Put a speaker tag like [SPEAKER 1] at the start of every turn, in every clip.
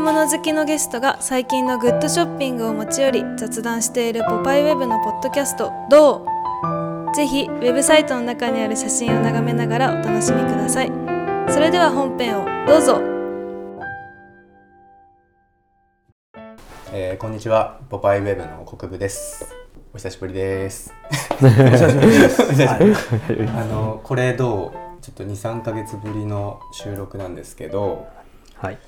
[SPEAKER 1] 物好きのゲストが最近のグッドショッピングを持ち寄り雑談しているポパイウェブのポッドキャスト「どう?」ぜひウェブサイトの中にある写真を眺めながらお楽しみくださいそれでは本編をどうぞ
[SPEAKER 2] えー、こんにちは、ポパイウェブの国部です。お久しぶりです。お久しぶりです。はいあのこれどう？ちょっと二三ヶ月ぶりの収録なんですけど、
[SPEAKER 3] はい、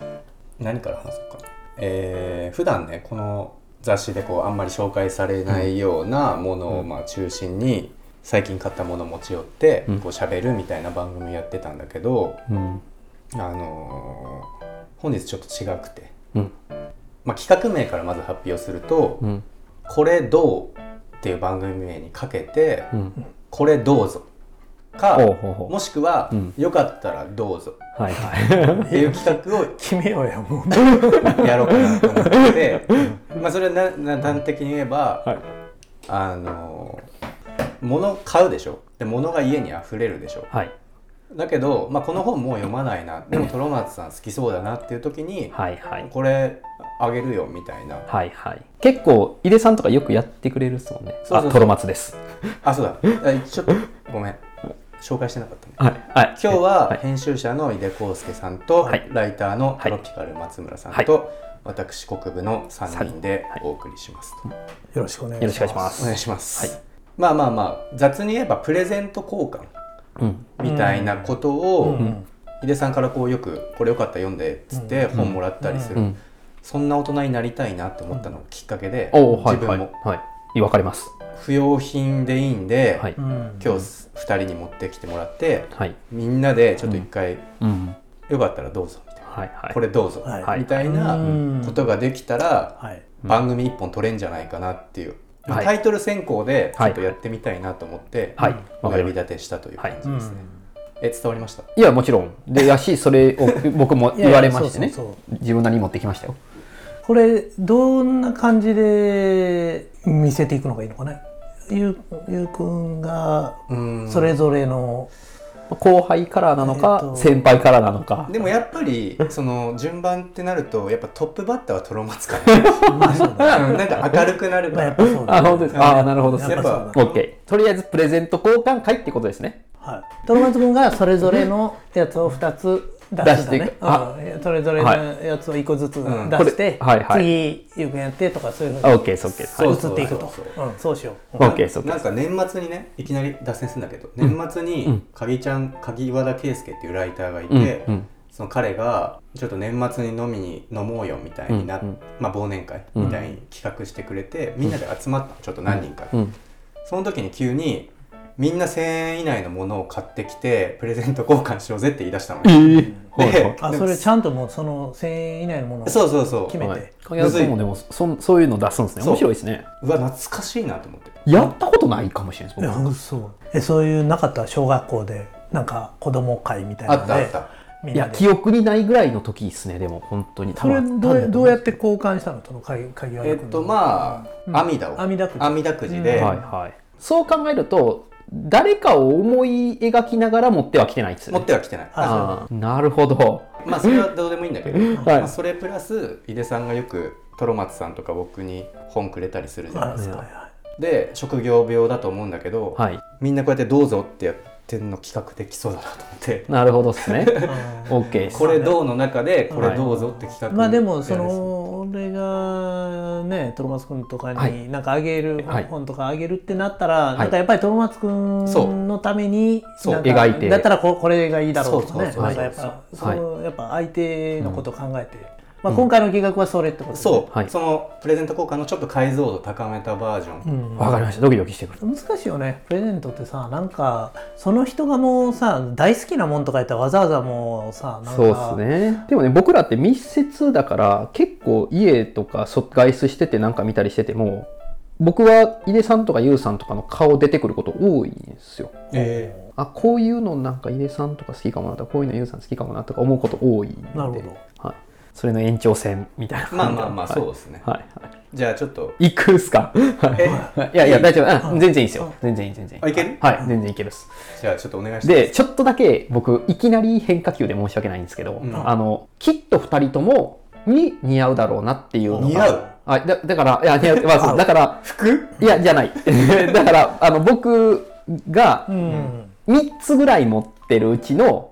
[SPEAKER 2] 何から話そうか。えー、普段ねこの雑誌でこうあんまり紹介されないようなものをまあ中心に最近買ったもの持ち寄って
[SPEAKER 3] うん
[SPEAKER 2] こう喋るみたいな番組やってたんだけど、
[SPEAKER 3] うん、
[SPEAKER 2] あのー本日ちょっと違くて、
[SPEAKER 3] うん、
[SPEAKER 2] まあ企画名からまず発表すると。
[SPEAKER 3] うん、
[SPEAKER 2] 「これどう?」っていう番組名にかけて
[SPEAKER 3] うん、
[SPEAKER 2] 「これどうぞ」か
[SPEAKER 3] ほうほうほ
[SPEAKER 2] もしくは
[SPEAKER 3] う
[SPEAKER 2] 「
[SPEAKER 3] ん
[SPEAKER 2] よかったらどうぞ
[SPEAKER 3] う、はい は」
[SPEAKER 2] っていう企画を
[SPEAKER 4] 決めようよもう
[SPEAKER 2] やろうかなと思ってて まあそれはなな端的に言えば、
[SPEAKER 3] はい
[SPEAKER 2] あの物買うでしょで物が家にあふれるでしょ
[SPEAKER 3] い、はい、
[SPEAKER 2] だけど、まあ、この本もう読まないなでもトロマツさん好きそうだなっていう時に、
[SPEAKER 3] はいはい、
[SPEAKER 2] これあげるよみたいな
[SPEAKER 3] はいはい。結構、井出さんとかよくやってくれるっすもんね。
[SPEAKER 2] そうそうそう
[SPEAKER 3] あ、トロマツです。
[SPEAKER 2] あそうだあちょっとごめん紹介してなかったね
[SPEAKER 3] はい、はい、
[SPEAKER 2] 今日
[SPEAKER 3] は
[SPEAKER 2] はい編集者の井出康介さんと、
[SPEAKER 3] はい
[SPEAKER 2] ライターのトロピカル松村さんと、私国部の3人でお送りしますと、
[SPEAKER 4] よろしくお願いします
[SPEAKER 3] よろしくお願いしま
[SPEAKER 2] お願い
[SPEAKER 3] す。
[SPEAKER 2] します、
[SPEAKER 3] は
[SPEAKER 2] まあまあまあ雑に言えばプレゼント交換
[SPEAKER 3] うん、
[SPEAKER 2] みたいなことを、
[SPEAKER 4] うん
[SPEAKER 2] 井出さんからこうよく「これよかったら読んで」っつって本もらったりする、
[SPEAKER 3] うん、
[SPEAKER 2] そんな大人になりたいなって思ったのがきっかけで、
[SPEAKER 3] おーはい、
[SPEAKER 2] 自分
[SPEAKER 3] はい、
[SPEAKER 2] も
[SPEAKER 3] はい、わかります。
[SPEAKER 2] 不用品でいいんで、
[SPEAKER 3] はい、
[SPEAKER 4] うん
[SPEAKER 2] 今日2人に持ってきてもらって
[SPEAKER 3] はい、
[SPEAKER 2] みんなでちょっと一回、
[SPEAKER 3] うん、
[SPEAKER 2] よかったらどうぞみたいな
[SPEAKER 3] はい、はい。
[SPEAKER 2] これどうぞ、
[SPEAKER 4] はい
[SPEAKER 2] みたい
[SPEAKER 4] うん
[SPEAKER 2] な
[SPEAKER 4] うん
[SPEAKER 2] ことができたら
[SPEAKER 4] はい
[SPEAKER 2] 番組1本取れんじゃないかなっていう、
[SPEAKER 3] はい
[SPEAKER 2] タイトル選考でちょ
[SPEAKER 3] はい
[SPEAKER 2] っとやってみたいなと思って、
[SPEAKER 3] はい、わか
[SPEAKER 2] お呼び
[SPEAKER 3] りまし
[SPEAKER 2] 立てしたという感じですね、え伝わりました
[SPEAKER 3] た。いや、もちろん。で、や し、それを僕も
[SPEAKER 4] いや
[SPEAKER 3] 言われましてね
[SPEAKER 4] そうそうそ。
[SPEAKER 3] 自分なりに持ってきましたよ。
[SPEAKER 4] これどんな感じで見せていくのがいいのかねゆうゆうくんが
[SPEAKER 2] うん
[SPEAKER 4] それぞれの、
[SPEAKER 3] 後輩からなの
[SPEAKER 4] えー
[SPEAKER 3] か、
[SPEAKER 4] と
[SPEAKER 3] 先輩からなのか。
[SPEAKER 2] でもやっぱ りその順番ってなるとやっぱトップバッターはトロマツかな
[SPEAKER 4] まあそうだね
[SPEAKER 2] うんなんか明るくなる
[SPEAKER 4] ま
[SPEAKER 2] か
[SPEAKER 4] あ
[SPEAKER 2] ら
[SPEAKER 4] やっぱそうだ、ね、
[SPEAKER 3] あ、本当ですか。あー、なるほど。
[SPEAKER 4] やっぱそうだ
[SPEAKER 3] オッケー。とりあえずプレゼント交換会ってことですね。
[SPEAKER 4] はい、トロマツ君がそれぞれのやつを2つ出
[SPEAKER 3] 出
[SPEAKER 4] し
[SPEAKER 3] しててい
[SPEAKER 4] ね
[SPEAKER 3] く
[SPEAKER 4] うんそれぞれのやつを1個ずつ出して、
[SPEAKER 3] これはいはい
[SPEAKER 4] 次ゆうくんやってとかそういうの
[SPEAKER 3] あ
[SPEAKER 4] が
[SPEAKER 3] オッケー、そうオッケー。
[SPEAKER 2] そ
[SPEAKER 4] 移
[SPEAKER 2] う
[SPEAKER 4] っていくと
[SPEAKER 2] そうそう
[SPEAKER 4] うんそうしよう、
[SPEAKER 3] オッケー、そうオッケ
[SPEAKER 2] なんか年末にねいきなり脱線するんだけど年末に鍵ちゃん鍵和田圭介っていうライターがいて、
[SPEAKER 3] ー。うん、うん。
[SPEAKER 2] その彼がちょっと年末に飲みに飲もうよみたいになっ、
[SPEAKER 3] うんうん
[SPEAKER 2] まあ、忘年会みたいに企画してくれて、みんなで集まったのちょっと何人か、
[SPEAKER 3] うん、
[SPEAKER 2] その時に急にみんな1000円以内のものを買ってきてプレゼント交換しようぜって言い出したのね、
[SPEAKER 3] ええはい
[SPEAKER 2] で、
[SPEAKER 3] はい
[SPEAKER 4] あそれちゃんともうその1000円以内のものを
[SPEAKER 2] そうそうそう
[SPEAKER 4] 決めて、
[SPEAKER 3] はい。影山さんもでもそそういうの出すんですね。
[SPEAKER 2] そう
[SPEAKER 3] 面白いですね。
[SPEAKER 2] うわ懐かしいなと思って
[SPEAKER 3] やったことないかもしれない
[SPEAKER 4] い
[SPEAKER 3] で
[SPEAKER 4] や
[SPEAKER 3] す。僕
[SPEAKER 4] そうえそういうなかった小学校でなんか子供会みたい
[SPEAKER 2] あ
[SPEAKER 4] なの
[SPEAKER 2] った
[SPEAKER 4] で
[SPEAKER 2] あった
[SPEAKER 4] み
[SPEAKER 3] い
[SPEAKER 4] んな
[SPEAKER 3] や
[SPEAKER 4] で
[SPEAKER 3] 記憶にないぐらいの時ですね。でも本当にた
[SPEAKER 4] それ
[SPEAKER 3] ま
[SPEAKER 4] ど
[SPEAKER 3] た
[SPEAKER 4] うどうやって交換したのその鍵鍵は
[SPEAKER 2] えっとまあ網だを
[SPEAKER 4] 網だくじ
[SPEAKER 2] 網だくじで、
[SPEAKER 3] はいはい。そう考えると誰かを思い描きながら持っては来てないです
[SPEAKER 2] 持
[SPEAKER 3] よ
[SPEAKER 2] っ
[SPEAKER 3] ね。
[SPEAKER 2] ては来てない
[SPEAKER 4] あ
[SPEAKER 3] ああなるほど。
[SPEAKER 2] まあそれはどうでもいいんだけど、
[SPEAKER 3] はい
[SPEAKER 2] まあ、それプラス井出さんがよくトロマツさんとか僕に本くれたりするじゃないですか、
[SPEAKER 4] はいは
[SPEAKER 2] で職業病だと思うんだけど、
[SPEAKER 3] はい。
[SPEAKER 2] みんなこうやって「どうぞ」ってやってんの企画できそうだなと思って
[SPEAKER 3] なるほどですね。オッケーで
[SPEAKER 2] 「
[SPEAKER 3] す。
[SPEAKER 2] これどう?」の中で「これどうぞ」って企画
[SPEAKER 4] いまあでもその俺がねトロマツ君とか
[SPEAKER 3] はい
[SPEAKER 4] になんかあげる、
[SPEAKER 3] はい
[SPEAKER 4] 本とかあげるってなったら、
[SPEAKER 3] い
[SPEAKER 4] なんかやっぱりトロマツ
[SPEAKER 2] そう
[SPEAKER 4] 君のために
[SPEAKER 2] そう
[SPEAKER 4] なんか
[SPEAKER 3] 描いて
[SPEAKER 4] だったらここれがいいだろうとかね
[SPEAKER 2] そう
[SPEAKER 3] そ
[SPEAKER 4] な
[SPEAKER 3] うんそう
[SPEAKER 4] かやっぱ
[SPEAKER 3] そう
[SPEAKER 4] そのやっぱ相手のことを考えて、まあ、今回の計画はそれってことですね
[SPEAKER 2] そう、
[SPEAKER 3] はい
[SPEAKER 2] そのプレゼント交換のちょっと解像度高めたバージョン、
[SPEAKER 4] うん
[SPEAKER 3] わかりました。ドキドキしてくる。
[SPEAKER 4] 難しいよねプレゼントってさなんかその人がもうさ大好きなもんとか言ったらわざわざもうさなんか
[SPEAKER 3] そうですねでもね僕らって密接だから結構家とかそ外出しててなんか見たりしてても僕は井出さんとかゆうさんとかの顔出てくること多いんですよ
[SPEAKER 2] え
[SPEAKER 3] あこういうのなんか井出さんとか好きかもなとかこういうのゆうさん好きかもなとか思うこと多いんで
[SPEAKER 4] なるほど
[SPEAKER 3] はい、それの延長線みたいな
[SPEAKER 2] まあまあまあ
[SPEAKER 3] はい
[SPEAKER 2] そうですね、
[SPEAKER 3] はい
[SPEAKER 2] じゃあちょっと
[SPEAKER 3] はい、いくっすかはいいやいや大丈夫うん全然いいですよ全然いい全然いい
[SPEAKER 2] あいける
[SPEAKER 3] はい全然いけるっす
[SPEAKER 2] じゃあちょっとお願いします
[SPEAKER 3] でちょっとだけ僕いきなり変化球で申し訳ないんですけど、
[SPEAKER 2] うん
[SPEAKER 3] あのきっと2人ともに似合うだろうなっていうのが
[SPEAKER 2] 似合う
[SPEAKER 3] あだだからいや似合うま あそう
[SPEAKER 4] 合う
[SPEAKER 3] だから
[SPEAKER 2] 服
[SPEAKER 3] いやじゃない だからあの僕が
[SPEAKER 4] うん
[SPEAKER 3] 3つぐらい持ってるうちの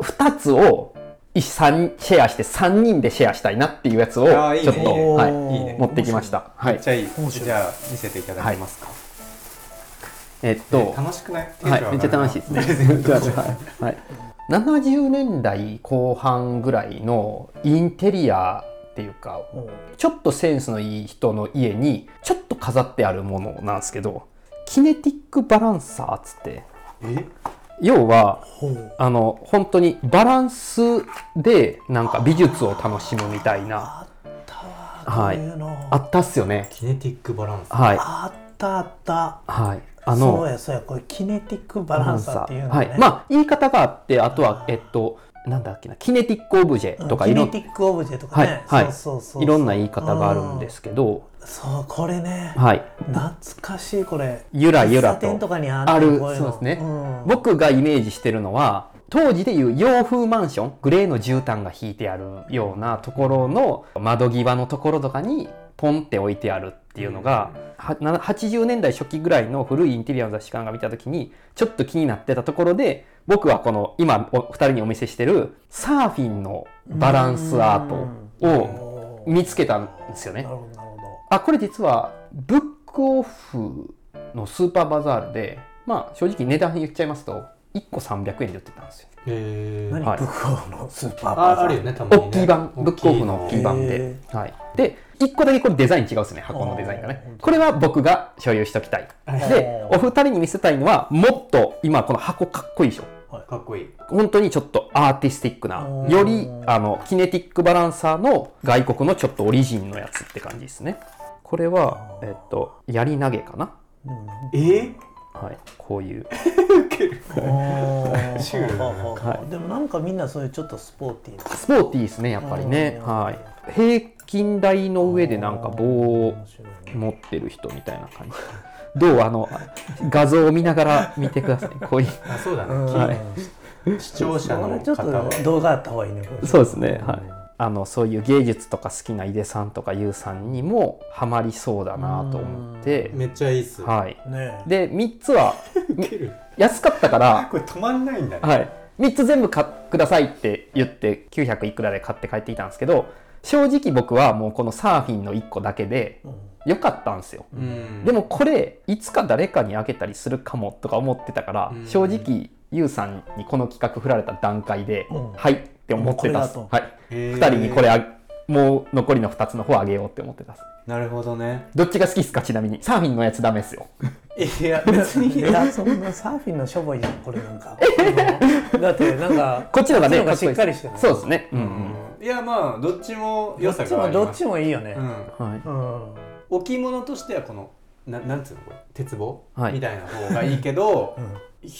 [SPEAKER 3] 2つを一三シェアして3人でシェアしたいなっていうやつをちょっと
[SPEAKER 2] あーいいねいいね
[SPEAKER 3] はい、
[SPEAKER 4] おー
[SPEAKER 2] いいね
[SPEAKER 3] 持ってきましたはい
[SPEAKER 2] めっちゃいい
[SPEAKER 4] 面白い
[SPEAKER 2] じゃあ見せていただけますか、
[SPEAKER 3] えっと、
[SPEAKER 2] 楽しくない
[SPEAKER 3] はい、めっちゃ楽しいですね。はいはい、70年代後半ぐらいのインテリアっていうか
[SPEAKER 4] うん
[SPEAKER 3] ちょっとセンスのいい人の家にちょっと飾ってあるものなんですけどキネティックバランサーっつって
[SPEAKER 2] え
[SPEAKER 3] 要は
[SPEAKER 4] ほう
[SPEAKER 3] あの本当にバランスでなんか美術を楽しむみたいな
[SPEAKER 4] あったわこ
[SPEAKER 3] は
[SPEAKER 4] う
[SPEAKER 3] い
[SPEAKER 4] いうの
[SPEAKER 3] あったっすよね
[SPEAKER 2] キネティックバランス
[SPEAKER 3] はい
[SPEAKER 4] あったあった
[SPEAKER 3] はいあの
[SPEAKER 4] そうやそうやこれキネティックバランサーっていうのね
[SPEAKER 3] はい、まあ言い方があってあとはえっとなんだっけなキネティックオブジェとか
[SPEAKER 4] キ
[SPEAKER 3] いろ
[SPEAKER 4] ネ
[SPEAKER 3] ん
[SPEAKER 4] ティックオブジェとかね
[SPEAKER 3] はいはい
[SPEAKER 4] そうそうそうそう
[SPEAKER 3] いろんな言い方があるんですけど、
[SPEAKER 4] そうこれね
[SPEAKER 3] はい、
[SPEAKER 4] 懐かしいこれ
[SPEAKER 3] ゆらゆら
[SPEAKER 4] 喫茶店と
[SPEAKER 3] と
[SPEAKER 4] かにあ
[SPEAKER 3] ある
[SPEAKER 4] こい
[SPEAKER 3] そ
[SPEAKER 4] の
[SPEAKER 3] うですね
[SPEAKER 4] うん
[SPEAKER 3] 僕がイメージしてるのは当時でいう洋風マンショングレーの絨毯が引いてあるようなところの窓際のところとかにポンって置いてあるっていうのが、はな80年代初期ぐらいの古いインテリアの雑誌館が見た時にちょっと気になってたところで僕はこの今お二人にお見せしてるサーフィンのバランスアートを
[SPEAKER 4] おー
[SPEAKER 3] 見つけたんですよね
[SPEAKER 4] なるほどなるほど
[SPEAKER 3] あこれ実はブックオフのスーパーバザールでまあ正直値段言っちゃいますと1個300円で売ってたんですよ
[SPEAKER 2] え
[SPEAKER 4] 何、
[SPEAKER 2] ー、
[SPEAKER 3] はい
[SPEAKER 4] ブックオフのスーパーバ
[SPEAKER 2] あ
[SPEAKER 4] ザー
[SPEAKER 2] あるよねたまに、ね、
[SPEAKER 3] 大きい版ブックオフの大きい
[SPEAKER 4] 版
[SPEAKER 3] 版で
[SPEAKER 4] へ、
[SPEAKER 3] はい、で1個だけこれデザイン違うですね箱のデザインがねこれは僕が所有しときたいでお二人に見せたいのはもっと今この箱かっこいいでしょ
[SPEAKER 2] かっこいい
[SPEAKER 3] 本当にちょっとアーティスティックな
[SPEAKER 4] おー
[SPEAKER 3] よりあのキネティックバランサーの外国のちょっとオリジンのやつって感じですねこれはえっとやり投げかな
[SPEAKER 2] えー、
[SPEAKER 3] はい、こういう。
[SPEAKER 4] おー
[SPEAKER 2] シュールだな
[SPEAKER 4] ほうほうほうでもなんかみんなそういうちょっとスポーティーな
[SPEAKER 3] スポーティーですね、やっぱりね。
[SPEAKER 4] うん
[SPEAKER 3] はい。平均台の上でなんか棒を
[SPEAKER 4] 面白いね
[SPEAKER 3] 持ってる人みたいな 感じ。どうあの、画像を見ながら見てくだ さい。こういう。
[SPEAKER 2] あそうだね、
[SPEAKER 3] はい
[SPEAKER 2] 視聴者の
[SPEAKER 4] ちょっ
[SPEAKER 2] 方は
[SPEAKER 4] と動画あった方がいいねこれ
[SPEAKER 3] そうですね。はい。あの、そういう芸術とか好きな井出さんとかゆうさんにもハマりそうだなと思って。
[SPEAKER 2] めっちゃいいっす、
[SPEAKER 3] はい。
[SPEAKER 4] ねえ
[SPEAKER 3] で、3つは
[SPEAKER 2] ウケる
[SPEAKER 3] 安かったから、
[SPEAKER 2] これ止まんないんだね、
[SPEAKER 3] はい、3つ全部買っくださいって言って900いくらで買って帰ってきたんですけど正直僕はもうこのサーフィンの1個だけで
[SPEAKER 4] うん
[SPEAKER 3] 良かったんですよ、
[SPEAKER 2] うん
[SPEAKER 3] でもこれいつか誰かにあげたりするかもとか思ってたから、
[SPEAKER 2] うん
[SPEAKER 3] 正直ゆうさんにこの企画振られた段階で、
[SPEAKER 4] うん
[SPEAKER 3] はいって思ってたっす
[SPEAKER 4] もう
[SPEAKER 3] は
[SPEAKER 4] こ
[SPEAKER 3] い、
[SPEAKER 2] 2
[SPEAKER 3] 2人にこれあもう残りの2つの方あげようって思ってたっす
[SPEAKER 2] なるほどね
[SPEAKER 3] どっちが好きっすかちなみにサーフィンのやつダメっすよ
[SPEAKER 2] いや別に
[SPEAKER 4] いやそんなサーフィンのしょぼいじゃんこれなんかあのだってなんか
[SPEAKER 3] こっちの方がね
[SPEAKER 4] こっちの方がしっか
[SPEAKER 3] っこいい
[SPEAKER 4] り
[SPEAKER 3] っす
[SPEAKER 4] してる
[SPEAKER 3] そうですねうん
[SPEAKER 2] いやまあどっちも
[SPEAKER 4] ど
[SPEAKER 2] 良
[SPEAKER 4] っ
[SPEAKER 2] さ
[SPEAKER 4] ち
[SPEAKER 2] があ
[SPEAKER 4] も
[SPEAKER 2] り
[SPEAKER 4] どっ
[SPEAKER 2] ま
[SPEAKER 4] ち
[SPEAKER 2] す
[SPEAKER 4] もいいよね
[SPEAKER 2] うん
[SPEAKER 3] うん、はい
[SPEAKER 4] うん
[SPEAKER 2] 置物としてはこのななんつうのこれ鉄棒、
[SPEAKER 3] はい
[SPEAKER 2] みたいな方がいいけど、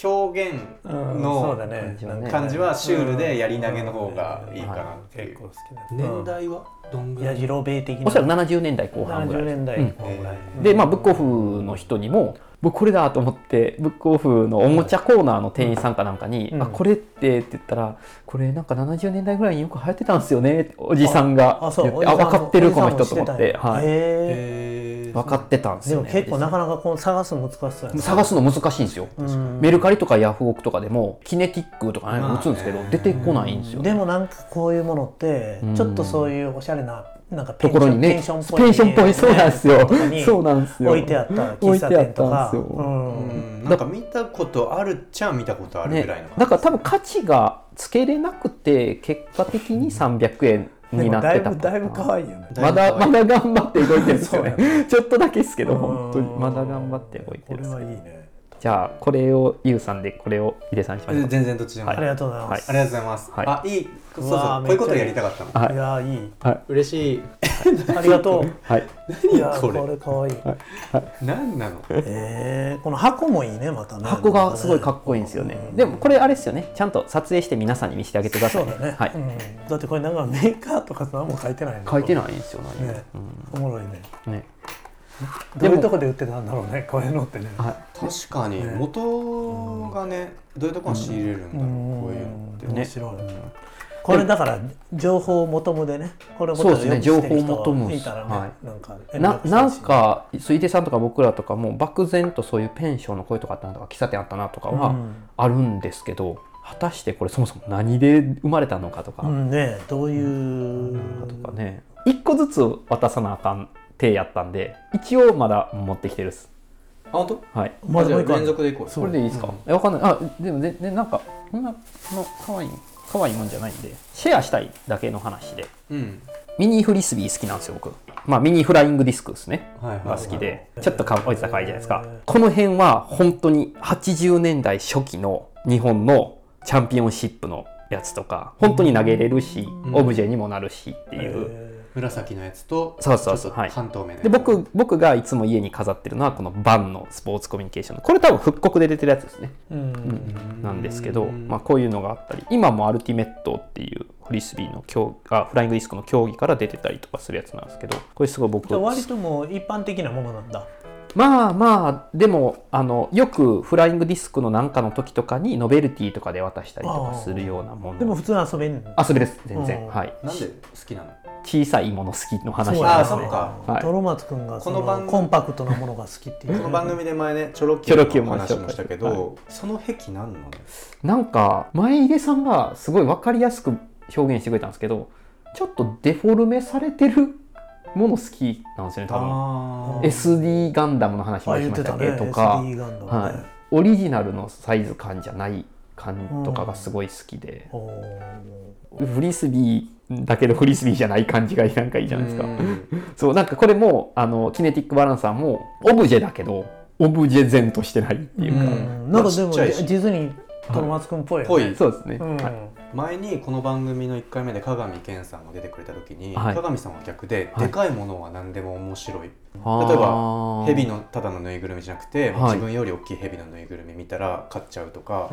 [SPEAKER 2] 表現
[SPEAKER 4] うんそう
[SPEAKER 2] の
[SPEAKER 4] だね
[SPEAKER 3] 感じはね
[SPEAKER 2] 感じはシュールでやり投げの方がいいかなっていう
[SPEAKER 4] 結構好きだね
[SPEAKER 2] 年代はどんぐら
[SPEAKER 4] や
[SPEAKER 2] い、
[SPEAKER 4] じろべえ的な
[SPEAKER 3] おそらく70年代後半ぐらい
[SPEAKER 4] 70年代
[SPEAKER 3] うん
[SPEAKER 4] このぐらい
[SPEAKER 3] で、まあ、ブックオフの人にも僕これだと思ってブックオフのおもちゃコーナーの店員さんかなんかに「
[SPEAKER 4] うん
[SPEAKER 3] あこれって」って言ったら「これなんか70年代ぐらいによく流行ってたんですよね」っておじさんが
[SPEAKER 4] あ
[SPEAKER 3] 言
[SPEAKER 4] そ
[SPEAKER 3] っ
[SPEAKER 4] う
[SPEAKER 3] て「あ分かってるこの人」と思って、
[SPEAKER 4] は
[SPEAKER 3] はい、
[SPEAKER 4] い
[SPEAKER 2] えー
[SPEAKER 3] 分かってたんです
[SPEAKER 4] で
[SPEAKER 3] よ、
[SPEAKER 4] も
[SPEAKER 3] ね、
[SPEAKER 4] 結構なかなかこの探すの難しそうやな
[SPEAKER 3] 探すの難しいんですよ、
[SPEAKER 4] うん
[SPEAKER 3] メルカリとかヤフオクとかでもキネティックとかね
[SPEAKER 2] まあね
[SPEAKER 3] 打つんですけど出てこないんですよ、ね
[SPEAKER 4] でもなんかこういうものって
[SPEAKER 3] うん
[SPEAKER 4] ちょっとそういうおしゃれななんかペ
[SPEAKER 3] と
[SPEAKER 4] ン
[SPEAKER 3] こ
[SPEAKER 4] ション
[SPEAKER 3] ろにね
[SPEAKER 4] ペンションっぽい
[SPEAKER 3] ペンションっぽいそうなんですよ、そう
[SPEAKER 4] なん
[SPEAKER 3] なんですよ
[SPEAKER 4] 置いてあった喫茶店とか
[SPEAKER 3] 置いてあったんですよ
[SPEAKER 4] うん
[SPEAKER 2] うんなんか見たことあるっちゃ見たことある
[SPEAKER 3] ね
[SPEAKER 2] ぐらいの感じ、
[SPEAKER 3] だから多分価値がつけれなくて結果的に300円になってた
[SPEAKER 4] でもだいぶだいぶ可愛いよね
[SPEAKER 3] まだまだ頑張って動いてるんですよね
[SPEAKER 4] そうや
[SPEAKER 3] ちょっとだけですけ
[SPEAKER 4] う
[SPEAKER 3] ど
[SPEAKER 4] ん
[SPEAKER 3] 本当にまだ頑張って動いてるんで
[SPEAKER 4] こ
[SPEAKER 3] すけど
[SPEAKER 4] れはいいね
[SPEAKER 3] じゃあこれをゆうさんでこれをヒデさんにしましょう
[SPEAKER 2] 全然どっちでも、
[SPEAKER 3] はい
[SPEAKER 4] ありがとうございま
[SPEAKER 3] はい
[SPEAKER 4] す
[SPEAKER 2] ありがとうございます、
[SPEAKER 3] はい
[SPEAKER 2] あいいそうそう
[SPEAKER 4] うわー
[SPEAKER 2] こういうこと
[SPEAKER 4] めっちゃい
[SPEAKER 2] やり
[SPEAKER 4] い
[SPEAKER 2] たかったの
[SPEAKER 3] はい
[SPEAKER 4] いやーいい
[SPEAKER 2] 嬉しい
[SPEAKER 4] ありがとう
[SPEAKER 3] はい
[SPEAKER 4] いやー
[SPEAKER 2] これ
[SPEAKER 4] これ可愛い
[SPEAKER 2] 何なの
[SPEAKER 4] えーこの箱もいいねまたね
[SPEAKER 3] 箱がすごいかっこいいんですよねでもこれあれですよねちゃんと撮影して皆さんに見せてあげてくださ
[SPEAKER 4] そ
[SPEAKER 3] いう
[SPEAKER 4] だね、
[SPEAKER 3] はい
[SPEAKER 4] うんだってこれなんかメーカーとか何も書いてないの
[SPEAKER 3] 書いてないんですよ何も
[SPEAKER 4] ね、おもろいね
[SPEAKER 3] ね
[SPEAKER 4] どういうとこで売ってたんだろうねこういうのってね
[SPEAKER 3] は
[SPEAKER 2] 確かに
[SPEAKER 4] ね
[SPEAKER 2] 元がねどういうところに仕入れるんだろう、
[SPEAKER 4] うん
[SPEAKER 2] こういうのって、
[SPEAKER 3] ね
[SPEAKER 4] 面白い、これだから情報を求むでねこれを求
[SPEAKER 3] そう
[SPEAKER 4] む
[SPEAKER 3] ですね
[SPEAKER 4] よく知ってる人
[SPEAKER 3] 情報を求む
[SPEAKER 4] いたらね、
[SPEAKER 3] は
[SPEAKER 4] なんか
[SPEAKER 3] な
[SPEAKER 4] 連絡したいし
[SPEAKER 3] なんか水出さんとか僕らとかも漠然とそういうペンションの声とかあったなとか喫茶店あったなとか
[SPEAKER 4] う
[SPEAKER 3] は
[SPEAKER 4] ん
[SPEAKER 3] あるんですけど、果たしてこれそもそも何で生まれたのかとか、
[SPEAKER 4] うんねどういう
[SPEAKER 3] とかね一個ずつ渡さなあかん手やったんで一応まだ持ってきてるっす
[SPEAKER 2] あ本当
[SPEAKER 3] はい
[SPEAKER 4] ま
[SPEAKER 2] あ
[SPEAKER 4] だ
[SPEAKER 2] じ
[SPEAKER 4] も
[SPEAKER 2] ゃ
[SPEAKER 4] う
[SPEAKER 2] あ連
[SPEAKER 4] 一個ある
[SPEAKER 2] 続でいこう
[SPEAKER 3] これでいいですか、えわかんないあでもででなんかこんなその可愛い可愛いもんじゃないんでシェアしたいだけの話で
[SPEAKER 2] うん
[SPEAKER 3] ミニフリスビー好きなんですよ僕まあミニフライングディスクですね
[SPEAKER 2] はいはい
[SPEAKER 3] が好き
[SPEAKER 2] はい
[SPEAKER 3] でちょっとかっこいい高いじゃないですかこの辺は本当に80年代初期の日本のチャンピオンシップのやつとか本当に投げれるし
[SPEAKER 2] ん
[SPEAKER 3] オブジェにもなるしっていう、
[SPEAKER 4] え
[SPEAKER 2] 紫のやつと
[SPEAKER 3] そうそうそう
[SPEAKER 2] ちょっ
[SPEAKER 3] はい
[SPEAKER 2] と半透明のやつ
[SPEAKER 3] で僕僕がいつも家に飾ってるのはこのバンのスポーツコミュニケーションこれ多分復刻で出てるやつですね、
[SPEAKER 4] ーうん
[SPEAKER 2] うん
[SPEAKER 3] なんですけど、まあ、こういうのがあったり今もアルティメットっていうフリスビーの競技あフライングディスクの競技から出てたりとかするやつなんですけどこれすごい僕
[SPEAKER 4] じゃあ割ともう一般的なものなんだ
[SPEAKER 3] まあまあでもあのよくフライングディスクのなんかの時とかにノベルティとかで渡したりとかするようなもの
[SPEAKER 4] でも普通に遊べる
[SPEAKER 3] 遊びです全
[SPEAKER 4] う
[SPEAKER 3] 然
[SPEAKER 4] ん
[SPEAKER 3] はい
[SPEAKER 2] なんで好きなの
[SPEAKER 3] 小さいもの好きの話
[SPEAKER 2] うあ
[SPEAKER 3] なん
[SPEAKER 2] あ
[SPEAKER 3] です
[SPEAKER 2] そっ
[SPEAKER 3] ね
[SPEAKER 2] か
[SPEAKER 3] はい
[SPEAKER 4] トロマツくんがそ
[SPEAKER 2] こ
[SPEAKER 4] の
[SPEAKER 2] の番組
[SPEAKER 4] コンパクトなものが好きっていう
[SPEAKER 2] この番組で前ねチョロキ
[SPEAKER 3] チョロ Q
[SPEAKER 2] ュー
[SPEAKER 3] も
[SPEAKER 2] の話も
[SPEAKER 3] し
[SPEAKER 2] したた
[SPEAKER 3] け
[SPEAKER 2] け
[SPEAKER 3] ど
[SPEAKER 2] どその壁なんなの
[SPEAKER 3] なんか前出さんがすごい分かりやすく表現してくれたんですけどちょっとデフォルメされてるもの好きなんですよね多分
[SPEAKER 2] あ
[SPEAKER 4] え
[SPEAKER 3] SD ガンダムの話も
[SPEAKER 4] あ
[SPEAKER 3] し
[SPEAKER 4] 言っ
[SPEAKER 3] ましてた
[SPEAKER 4] た
[SPEAKER 3] っけ
[SPEAKER 4] ね
[SPEAKER 3] どとか、
[SPEAKER 4] SD ガンダムね
[SPEAKER 3] はい、オリジナルのサイズ感じゃない感とかがすごい好きで、
[SPEAKER 4] おー
[SPEAKER 3] フリスビーだけどフリスビーじゃない感じがなんかいいじゃないですか、 そうなんかこれもあのキネティックバランサーもオブジェだけどオブジェ然としてないっていううか、
[SPEAKER 2] ん
[SPEAKER 4] なんかで
[SPEAKER 2] ちっ
[SPEAKER 4] も
[SPEAKER 2] ちゃ
[SPEAKER 4] デ
[SPEAKER 2] いし
[SPEAKER 4] ィズニートロマツくんっぽいよ
[SPEAKER 2] ぽ
[SPEAKER 4] ね
[SPEAKER 2] い
[SPEAKER 3] そうですね、
[SPEAKER 4] うん
[SPEAKER 3] はい
[SPEAKER 2] 前にこの番組の1回目で加賀見健さんが出てくれた時に
[SPEAKER 3] はい
[SPEAKER 2] 加賀見さんは逆で
[SPEAKER 3] はい
[SPEAKER 2] でかいものは何でも面白い
[SPEAKER 3] あー
[SPEAKER 2] 例えば蛇のただのぬいぐるみじゃなくて
[SPEAKER 3] はい
[SPEAKER 2] 自分より大きい蛇のぬいぐるみ見たら買っちゃうと
[SPEAKER 4] う
[SPEAKER 2] か
[SPEAKER 4] ん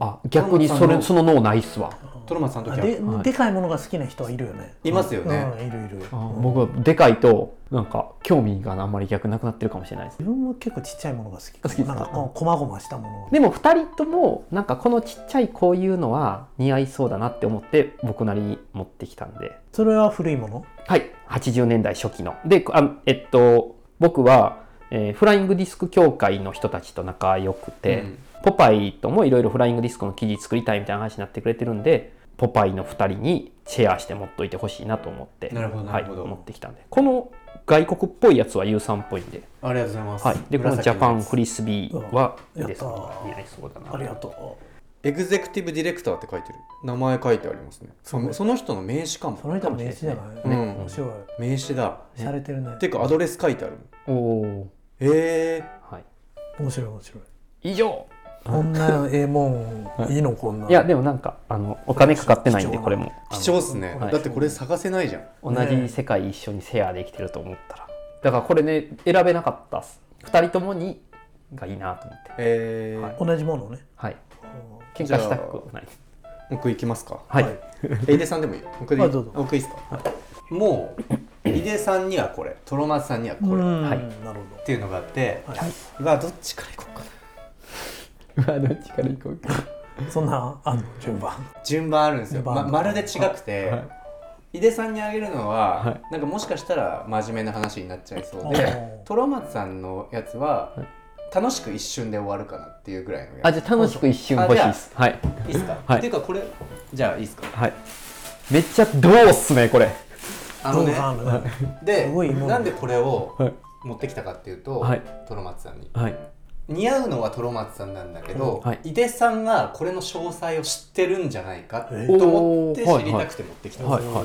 [SPEAKER 3] あ逆にそ
[SPEAKER 2] トロ
[SPEAKER 3] れ
[SPEAKER 2] マツ
[SPEAKER 3] その脳ないっすわ
[SPEAKER 2] トロマツさんの時は
[SPEAKER 4] で
[SPEAKER 3] はい
[SPEAKER 4] でかいものが好きな人はいるよね
[SPEAKER 2] いますよね
[SPEAKER 4] うんいるいる
[SPEAKER 3] あー僕はでかいとなんか興味があんまり逆なくなってるかもしれないです
[SPEAKER 4] 自分は結構ちっちゃいものが好き
[SPEAKER 3] 好きですか
[SPEAKER 4] なんかこうこまごましたもの
[SPEAKER 3] でも2人ともなんかこのちっちゃいこういうのは似合いそうだなって思って僕なりに持ってきたんで
[SPEAKER 4] それは古いもの
[SPEAKER 3] はい80年代初期のであえっと僕は、えーフライングディスク協会の人たちと仲良くて、
[SPEAKER 2] うん
[SPEAKER 3] ポパイともいろいろフライングディスクの記事作りたいみたいな話になってくれてるんでポパイの2人にシェアして持っといてほしいなと思って
[SPEAKER 2] なるほどなるほど
[SPEAKER 3] はい、持ってきたんでこの外国っぽいやつは U さんっぽいんで,、
[SPEAKER 2] ありがとうございます、
[SPEAKER 3] はい、でこのジャパンフ
[SPEAKER 2] リ
[SPEAKER 3] リスビーは
[SPEAKER 4] うわ
[SPEAKER 3] A さん
[SPEAKER 4] やった
[SPEAKER 3] が
[SPEAKER 4] ー
[SPEAKER 3] 似合いそうだな
[SPEAKER 4] ありがとう
[SPEAKER 2] エグゼクティブディレクターって書いてる名前書いてありますねそのその人の名刺かも
[SPEAKER 4] その人の名刺じゃない、
[SPEAKER 2] うん
[SPEAKER 4] 面白い
[SPEAKER 2] 名刺だ
[SPEAKER 4] 洒落てるね
[SPEAKER 2] ていうかアドレス書いてあるもん
[SPEAKER 3] おお
[SPEAKER 2] え
[SPEAKER 3] ー、はい、
[SPEAKER 4] 面白い面白い
[SPEAKER 3] 以上
[SPEAKER 4] こんなええもん、いいのこんない
[SPEAKER 3] やでもなんかあのお金かかってないんでこれも
[SPEAKER 2] ー、貴重っすね、
[SPEAKER 3] はい
[SPEAKER 2] だってこれ探せないじゃん
[SPEAKER 3] 同じ世界一緒にシェアできてると思ったらだからこれね選べなかったっす2人ともにがいいなと思って
[SPEAKER 2] えー
[SPEAKER 3] はい
[SPEAKER 4] 同じものをね
[SPEAKER 3] はい
[SPEAKER 4] あ
[SPEAKER 3] 喧嘩したくない
[SPEAKER 2] 僕行きますか
[SPEAKER 3] はい、
[SPEAKER 2] 井出さんでもいい僕でいい
[SPEAKER 4] あどうぞ
[SPEAKER 2] 僕いいっすか、もう井出さんにはこれトロマツさんには
[SPEAKER 4] ー
[SPEAKER 2] これ、っ
[SPEAKER 4] うん
[SPEAKER 3] はい
[SPEAKER 4] なるほ
[SPEAKER 2] ていうのがあって、
[SPEAKER 4] ど、はい、
[SPEAKER 2] うわどっちから行こうか
[SPEAKER 3] うわどっちから行こうか
[SPEAKER 4] そんなあの順番
[SPEAKER 2] な順番あるんですよ、
[SPEAKER 4] 順番
[SPEAKER 2] ま、まるで違くて、
[SPEAKER 3] はい
[SPEAKER 2] 井出さんにあげるのは、
[SPEAKER 3] はい
[SPEAKER 2] なんかもしかしたら真面目な話になっちゃいそう
[SPEAKER 4] あ
[SPEAKER 2] で
[SPEAKER 4] ー
[SPEAKER 2] トロマツさんのやつは、
[SPEAKER 3] はい
[SPEAKER 2] 楽しく一瞬で終わるかなっていうぐらいのや
[SPEAKER 3] あ
[SPEAKER 2] つ
[SPEAKER 3] じゃあ楽しく一瞬欲しいですはい
[SPEAKER 2] いいっすか、
[SPEAKER 3] はい
[SPEAKER 2] っていうかこれじゃあいいっすか
[SPEAKER 3] はいめっちゃどうっすねこれ
[SPEAKER 2] あのね
[SPEAKER 4] どうかな
[SPEAKER 2] です
[SPEAKER 4] ごいもん
[SPEAKER 2] なんでこれを
[SPEAKER 3] はい
[SPEAKER 2] 持ってきたかっていうと、
[SPEAKER 3] はい
[SPEAKER 2] トロマツさんに
[SPEAKER 3] はい
[SPEAKER 2] 似合うのはトロマツさんなんだけど、
[SPEAKER 3] はい
[SPEAKER 2] 井出さんがこれの詳細を知ってるんじゃないか
[SPEAKER 4] え
[SPEAKER 2] と思って知りたくて持ってきたんですよ、
[SPEAKER 3] はいはい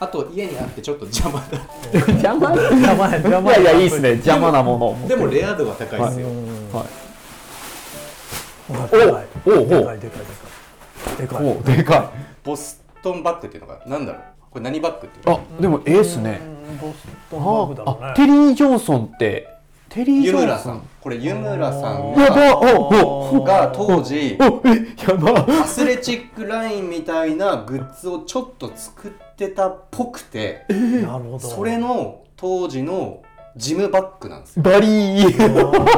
[SPEAKER 2] あと家にあってちょっと邪魔だ
[SPEAKER 3] 邪魔い
[SPEAKER 4] 邪魔や邪魔
[SPEAKER 3] やいやいいっすね邪魔なもの
[SPEAKER 2] でもレア度が高いですよ、
[SPEAKER 4] うん
[SPEAKER 3] はい
[SPEAKER 4] おでかい
[SPEAKER 3] おおお
[SPEAKER 4] でかいでかいでかいでかい
[SPEAKER 3] おでかい
[SPEAKER 2] ボストンバッグっていうのが何だろうこれ何バッグっていうの
[SPEAKER 3] あでもええっすね
[SPEAKER 4] うんボス
[SPEAKER 3] あ
[SPEAKER 4] トンバッグだろう
[SPEAKER 3] ー
[SPEAKER 4] ね
[SPEAKER 3] あテリー・ジョンソンってテリー・ジ
[SPEAKER 2] 湯
[SPEAKER 3] ョンソン
[SPEAKER 2] 村さんこれ湯村さん
[SPEAKER 3] やば
[SPEAKER 2] が
[SPEAKER 3] おお
[SPEAKER 2] が当時
[SPEAKER 3] おえやば
[SPEAKER 2] アスレチックラインみたいなグッズをちょっと作ってたっぽくて
[SPEAKER 4] なるほど
[SPEAKER 2] それの当時のジムバッグなんですよ
[SPEAKER 3] バリー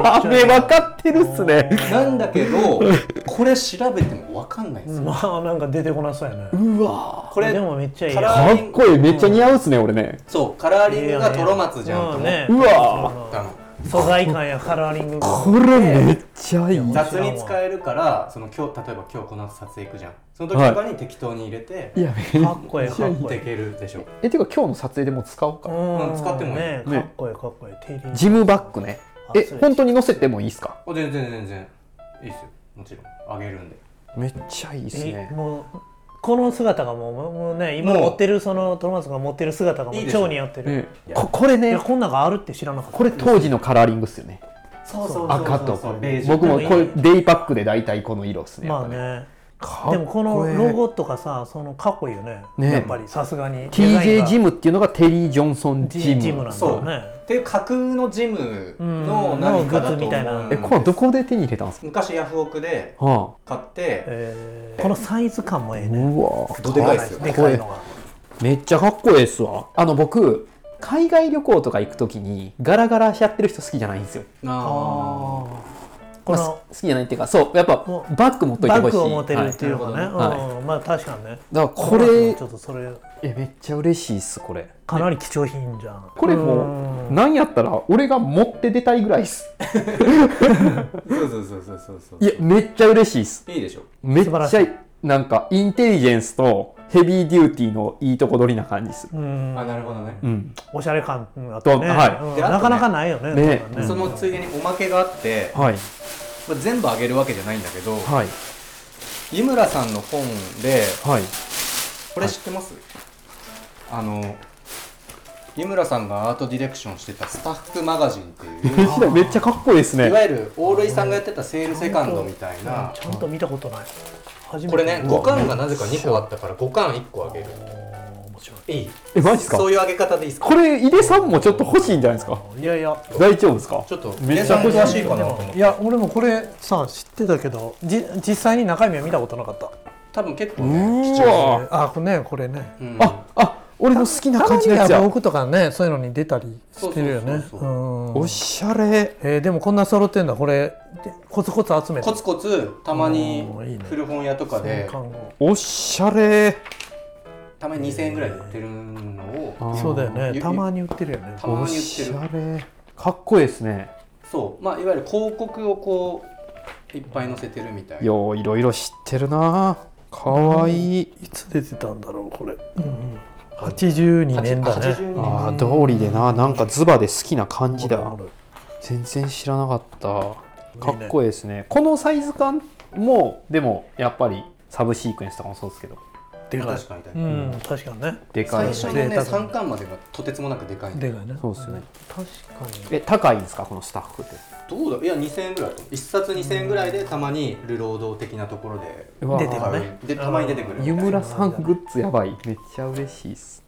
[SPEAKER 3] あれ分かってるっすね
[SPEAKER 2] なんだけどこれ調べても分かんないんですよ
[SPEAKER 4] まあなんか出てこなそうやね
[SPEAKER 3] うわ
[SPEAKER 2] これ
[SPEAKER 4] でもめっちゃいい
[SPEAKER 2] カ
[SPEAKER 4] や
[SPEAKER 2] ラ
[SPEAKER 3] かっこいいめっちゃ似合うっすね俺ね
[SPEAKER 2] そうカラーリングがトロマツじゃんと
[SPEAKER 4] う
[SPEAKER 2] 思っ
[SPEAKER 4] ね
[SPEAKER 3] うわ
[SPEAKER 2] たの
[SPEAKER 4] 素材感やカラーリング
[SPEAKER 3] これめっちゃいい
[SPEAKER 2] 雑に使えるからその今日例えば今日この撮影行くじゃんその時とかに適当に入れて
[SPEAKER 3] いやめ
[SPEAKER 4] かっこいいかっ
[SPEAKER 2] 持っ
[SPEAKER 4] こい
[SPEAKER 2] てい
[SPEAKER 4] い
[SPEAKER 2] けるでしょ
[SPEAKER 3] えていうか今日の撮影でもう使おうか
[SPEAKER 4] う
[SPEAKER 2] うん使ってもいい
[SPEAKER 4] ねかっこいいかっこいいテリー
[SPEAKER 3] ジムバッグねえ本当に載せてもいいっすか
[SPEAKER 2] あ全然全然いいですよもちろんあげるんで
[SPEAKER 3] めっちゃいいっす
[SPEAKER 4] え
[SPEAKER 3] ね
[SPEAKER 4] もうこの姿がもうもうもうね今
[SPEAKER 2] もう
[SPEAKER 4] 持ってるそのトロマツが持ってる姿がも
[SPEAKER 2] いういでしょ
[SPEAKER 4] 超似合ってる
[SPEAKER 3] ねここれ
[SPEAKER 4] い
[SPEAKER 3] ね
[SPEAKER 4] やこんなんがあるって知らなかった
[SPEAKER 3] これ当時のカラーリングっすよね
[SPEAKER 2] そうそうそう
[SPEAKER 3] 赤と
[SPEAKER 2] そうベージュ
[SPEAKER 3] 僕もこれデイパックで大体この色っすね
[SPEAKER 4] まあ
[SPEAKER 3] やっ
[SPEAKER 4] ね
[SPEAKER 3] ぱね
[SPEAKER 4] でもこ
[SPEAKER 3] かっ
[SPEAKER 4] の
[SPEAKER 3] ええ
[SPEAKER 4] ロゴとかさそのかっこいいよね
[SPEAKER 3] ね
[SPEAKER 4] やっぱりさすがに
[SPEAKER 3] TJ ジ
[SPEAKER 4] ム
[SPEAKER 3] ムっていうのがテリー・ジョンソンジ
[SPEAKER 4] ジ
[SPEAKER 3] ム
[SPEAKER 4] ジムなんだ
[SPEAKER 2] そ
[SPEAKER 4] よ
[SPEAKER 2] う
[SPEAKER 4] ね
[SPEAKER 2] っていう架空のジムの
[SPEAKER 4] うん
[SPEAKER 2] 何かだと思う
[SPEAKER 4] のグッズみたいな
[SPEAKER 3] えこれはどこで手に入れたんですか、
[SPEAKER 2] 昔ヤフオクで
[SPEAKER 3] は
[SPEAKER 2] 買って
[SPEAKER 4] えーこのサイズ感もええ
[SPEAKER 3] あ、
[SPEAKER 4] ね
[SPEAKER 3] うわ
[SPEAKER 2] どでかいっすよ
[SPEAKER 4] でかいのが
[SPEAKER 3] めっちゃかっこいいですわあの僕海外旅行とか行くときにガラガラやってる人好きじゃないんですよ、
[SPEAKER 2] あ
[SPEAKER 4] こ
[SPEAKER 3] まあ好
[SPEAKER 4] の
[SPEAKER 3] きじゃないっていうかそうやっぱ
[SPEAKER 4] もう
[SPEAKER 3] バッグ持っといて
[SPEAKER 4] バ
[SPEAKER 3] ほ
[SPEAKER 4] ッ
[SPEAKER 3] しい
[SPEAKER 4] グを持てるっていう
[SPEAKER 2] はい
[SPEAKER 4] かね、
[SPEAKER 2] なる
[SPEAKER 3] ほどね
[SPEAKER 4] うんまあ確かにね
[SPEAKER 3] だからこれ
[SPEAKER 4] ちょっとそれ
[SPEAKER 3] えめっちゃ嬉しいっすこれ
[SPEAKER 4] かなり貴重品じゃん
[SPEAKER 3] これもうなんやったら俺が持って出たいぐらいっす
[SPEAKER 2] あそうそうそうそうそうそう
[SPEAKER 3] いやめっちゃ嬉しいっす
[SPEAKER 2] いいでしょ
[SPEAKER 3] めっ
[SPEAKER 4] 素晴ら
[SPEAKER 3] ち
[SPEAKER 4] し
[SPEAKER 3] ゃ
[SPEAKER 4] い
[SPEAKER 3] なんかインテリジェンスとヘビーデューティーのいいとこ取りな感じする
[SPEAKER 2] あ
[SPEAKER 4] うん
[SPEAKER 2] なるほどね
[SPEAKER 3] うん
[SPEAKER 4] おしゃれ感あってね、
[SPEAKER 3] とはい
[SPEAKER 4] うん
[SPEAKER 2] であとね
[SPEAKER 4] なかなかないよね
[SPEAKER 3] ね
[SPEAKER 4] 多分
[SPEAKER 2] そのついでにおまけがあって
[SPEAKER 3] はい
[SPEAKER 2] これ全部あげるわけじゃないんだけど
[SPEAKER 3] はい
[SPEAKER 2] 井村さんの本で
[SPEAKER 3] はい
[SPEAKER 2] これ知ってますあの井村さんがアートディレクションしてたスタッフマガジンっていう
[SPEAKER 3] めっちゃかっこいいです
[SPEAKER 2] い
[SPEAKER 3] ね
[SPEAKER 2] わゆる大類さんがやってたセールセカンドみたいな
[SPEAKER 4] ちゃんと見たことない初めて
[SPEAKER 2] これね
[SPEAKER 4] うわ
[SPEAKER 2] 5巻がなぜか2個あったから5巻1個あげる
[SPEAKER 4] 面白
[SPEAKER 2] いい
[SPEAKER 3] えマジっすか
[SPEAKER 2] そういうあげ方でいいですか
[SPEAKER 3] これ井出さんもちょっと欲しいんじゃないですか
[SPEAKER 4] いいやいや
[SPEAKER 3] 大丈夫ですか
[SPEAKER 2] ちょっと
[SPEAKER 3] めっちゃ欲しい
[SPEAKER 2] 皆さん詳しいかなと思っ
[SPEAKER 4] い
[SPEAKER 2] て
[SPEAKER 4] や俺もこれさ知ってたけどじ実際に中身は見たことなかった
[SPEAKER 2] 多分結構
[SPEAKER 3] う
[SPEAKER 2] ね貴
[SPEAKER 3] ー
[SPEAKER 2] 重
[SPEAKER 3] わ
[SPEAKER 4] あこれねこれね
[SPEAKER 2] うん
[SPEAKER 3] ああ俺の好きな
[SPEAKER 4] たま
[SPEAKER 3] 感
[SPEAKER 4] に
[SPEAKER 3] じのやつや
[SPEAKER 4] 僕とかねそういうのに出たりしてるよね
[SPEAKER 2] そうそうそう
[SPEAKER 4] う
[SPEAKER 2] そうん
[SPEAKER 3] おしゃれ
[SPEAKER 4] えーでもこんな揃ってんだこれでコツコツ集めて
[SPEAKER 2] コツコツたまに
[SPEAKER 4] おーいいね
[SPEAKER 2] 古本屋とかで
[SPEAKER 4] 看護
[SPEAKER 3] おしゃれ
[SPEAKER 2] たまに2000円ぐらいで売ってるのを
[SPEAKER 4] そうだよ
[SPEAKER 2] ゆ
[SPEAKER 4] ねたまに売ってるよね
[SPEAKER 2] たま
[SPEAKER 3] お
[SPEAKER 2] に売って
[SPEAKER 3] し
[SPEAKER 2] る
[SPEAKER 3] ゃれかっこいいですね
[SPEAKER 2] そうまあいわゆる広告をこういっぱい載せてるみたいな
[SPEAKER 3] よういろいろ知ってるなかわいい
[SPEAKER 4] いつ出てたんだろうこれ、うんうん、82年だね
[SPEAKER 2] 80年
[SPEAKER 3] あー道理でななんかズバで好きな感じだ
[SPEAKER 4] これ
[SPEAKER 3] 全然知らなかったかっこいいですねこのサイズ感もでもやっぱりサブシークエンスとかもそうですけど
[SPEAKER 4] でかい
[SPEAKER 2] 確かに確か
[SPEAKER 4] う
[SPEAKER 2] に
[SPEAKER 4] ん、確かにね
[SPEAKER 3] でか
[SPEAKER 2] 最
[SPEAKER 3] い
[SPEAKER 2] 初の
[SPEAKER 4] 贅
[SPEAKER 2] ね
[SPEAKER 4] 沢
[SPEAKER 2] 三巻までがとてつもなくでかいんだ
[SPEAKER 4] で
[SPEAKER 2] よ
[SPEAKER 4] かいね
[SPEAKER 3] そうっすよね
[SPEAKER 4] 確かに
[SPEAKER 3] え高いんですかこのスタッフって
[SPEAKER 2] どうだいや2000円ぐらいだと思う一冊2000円ぐらいでたまにルロード的なところで
[SPEAKER 3] うわ
[SPEAKER 4] 出てるね
[SPEAKER 2] でたまに出てくる
[SPEAKER 3] 湯村さんグッズやばいめっちゃ嬉しいっす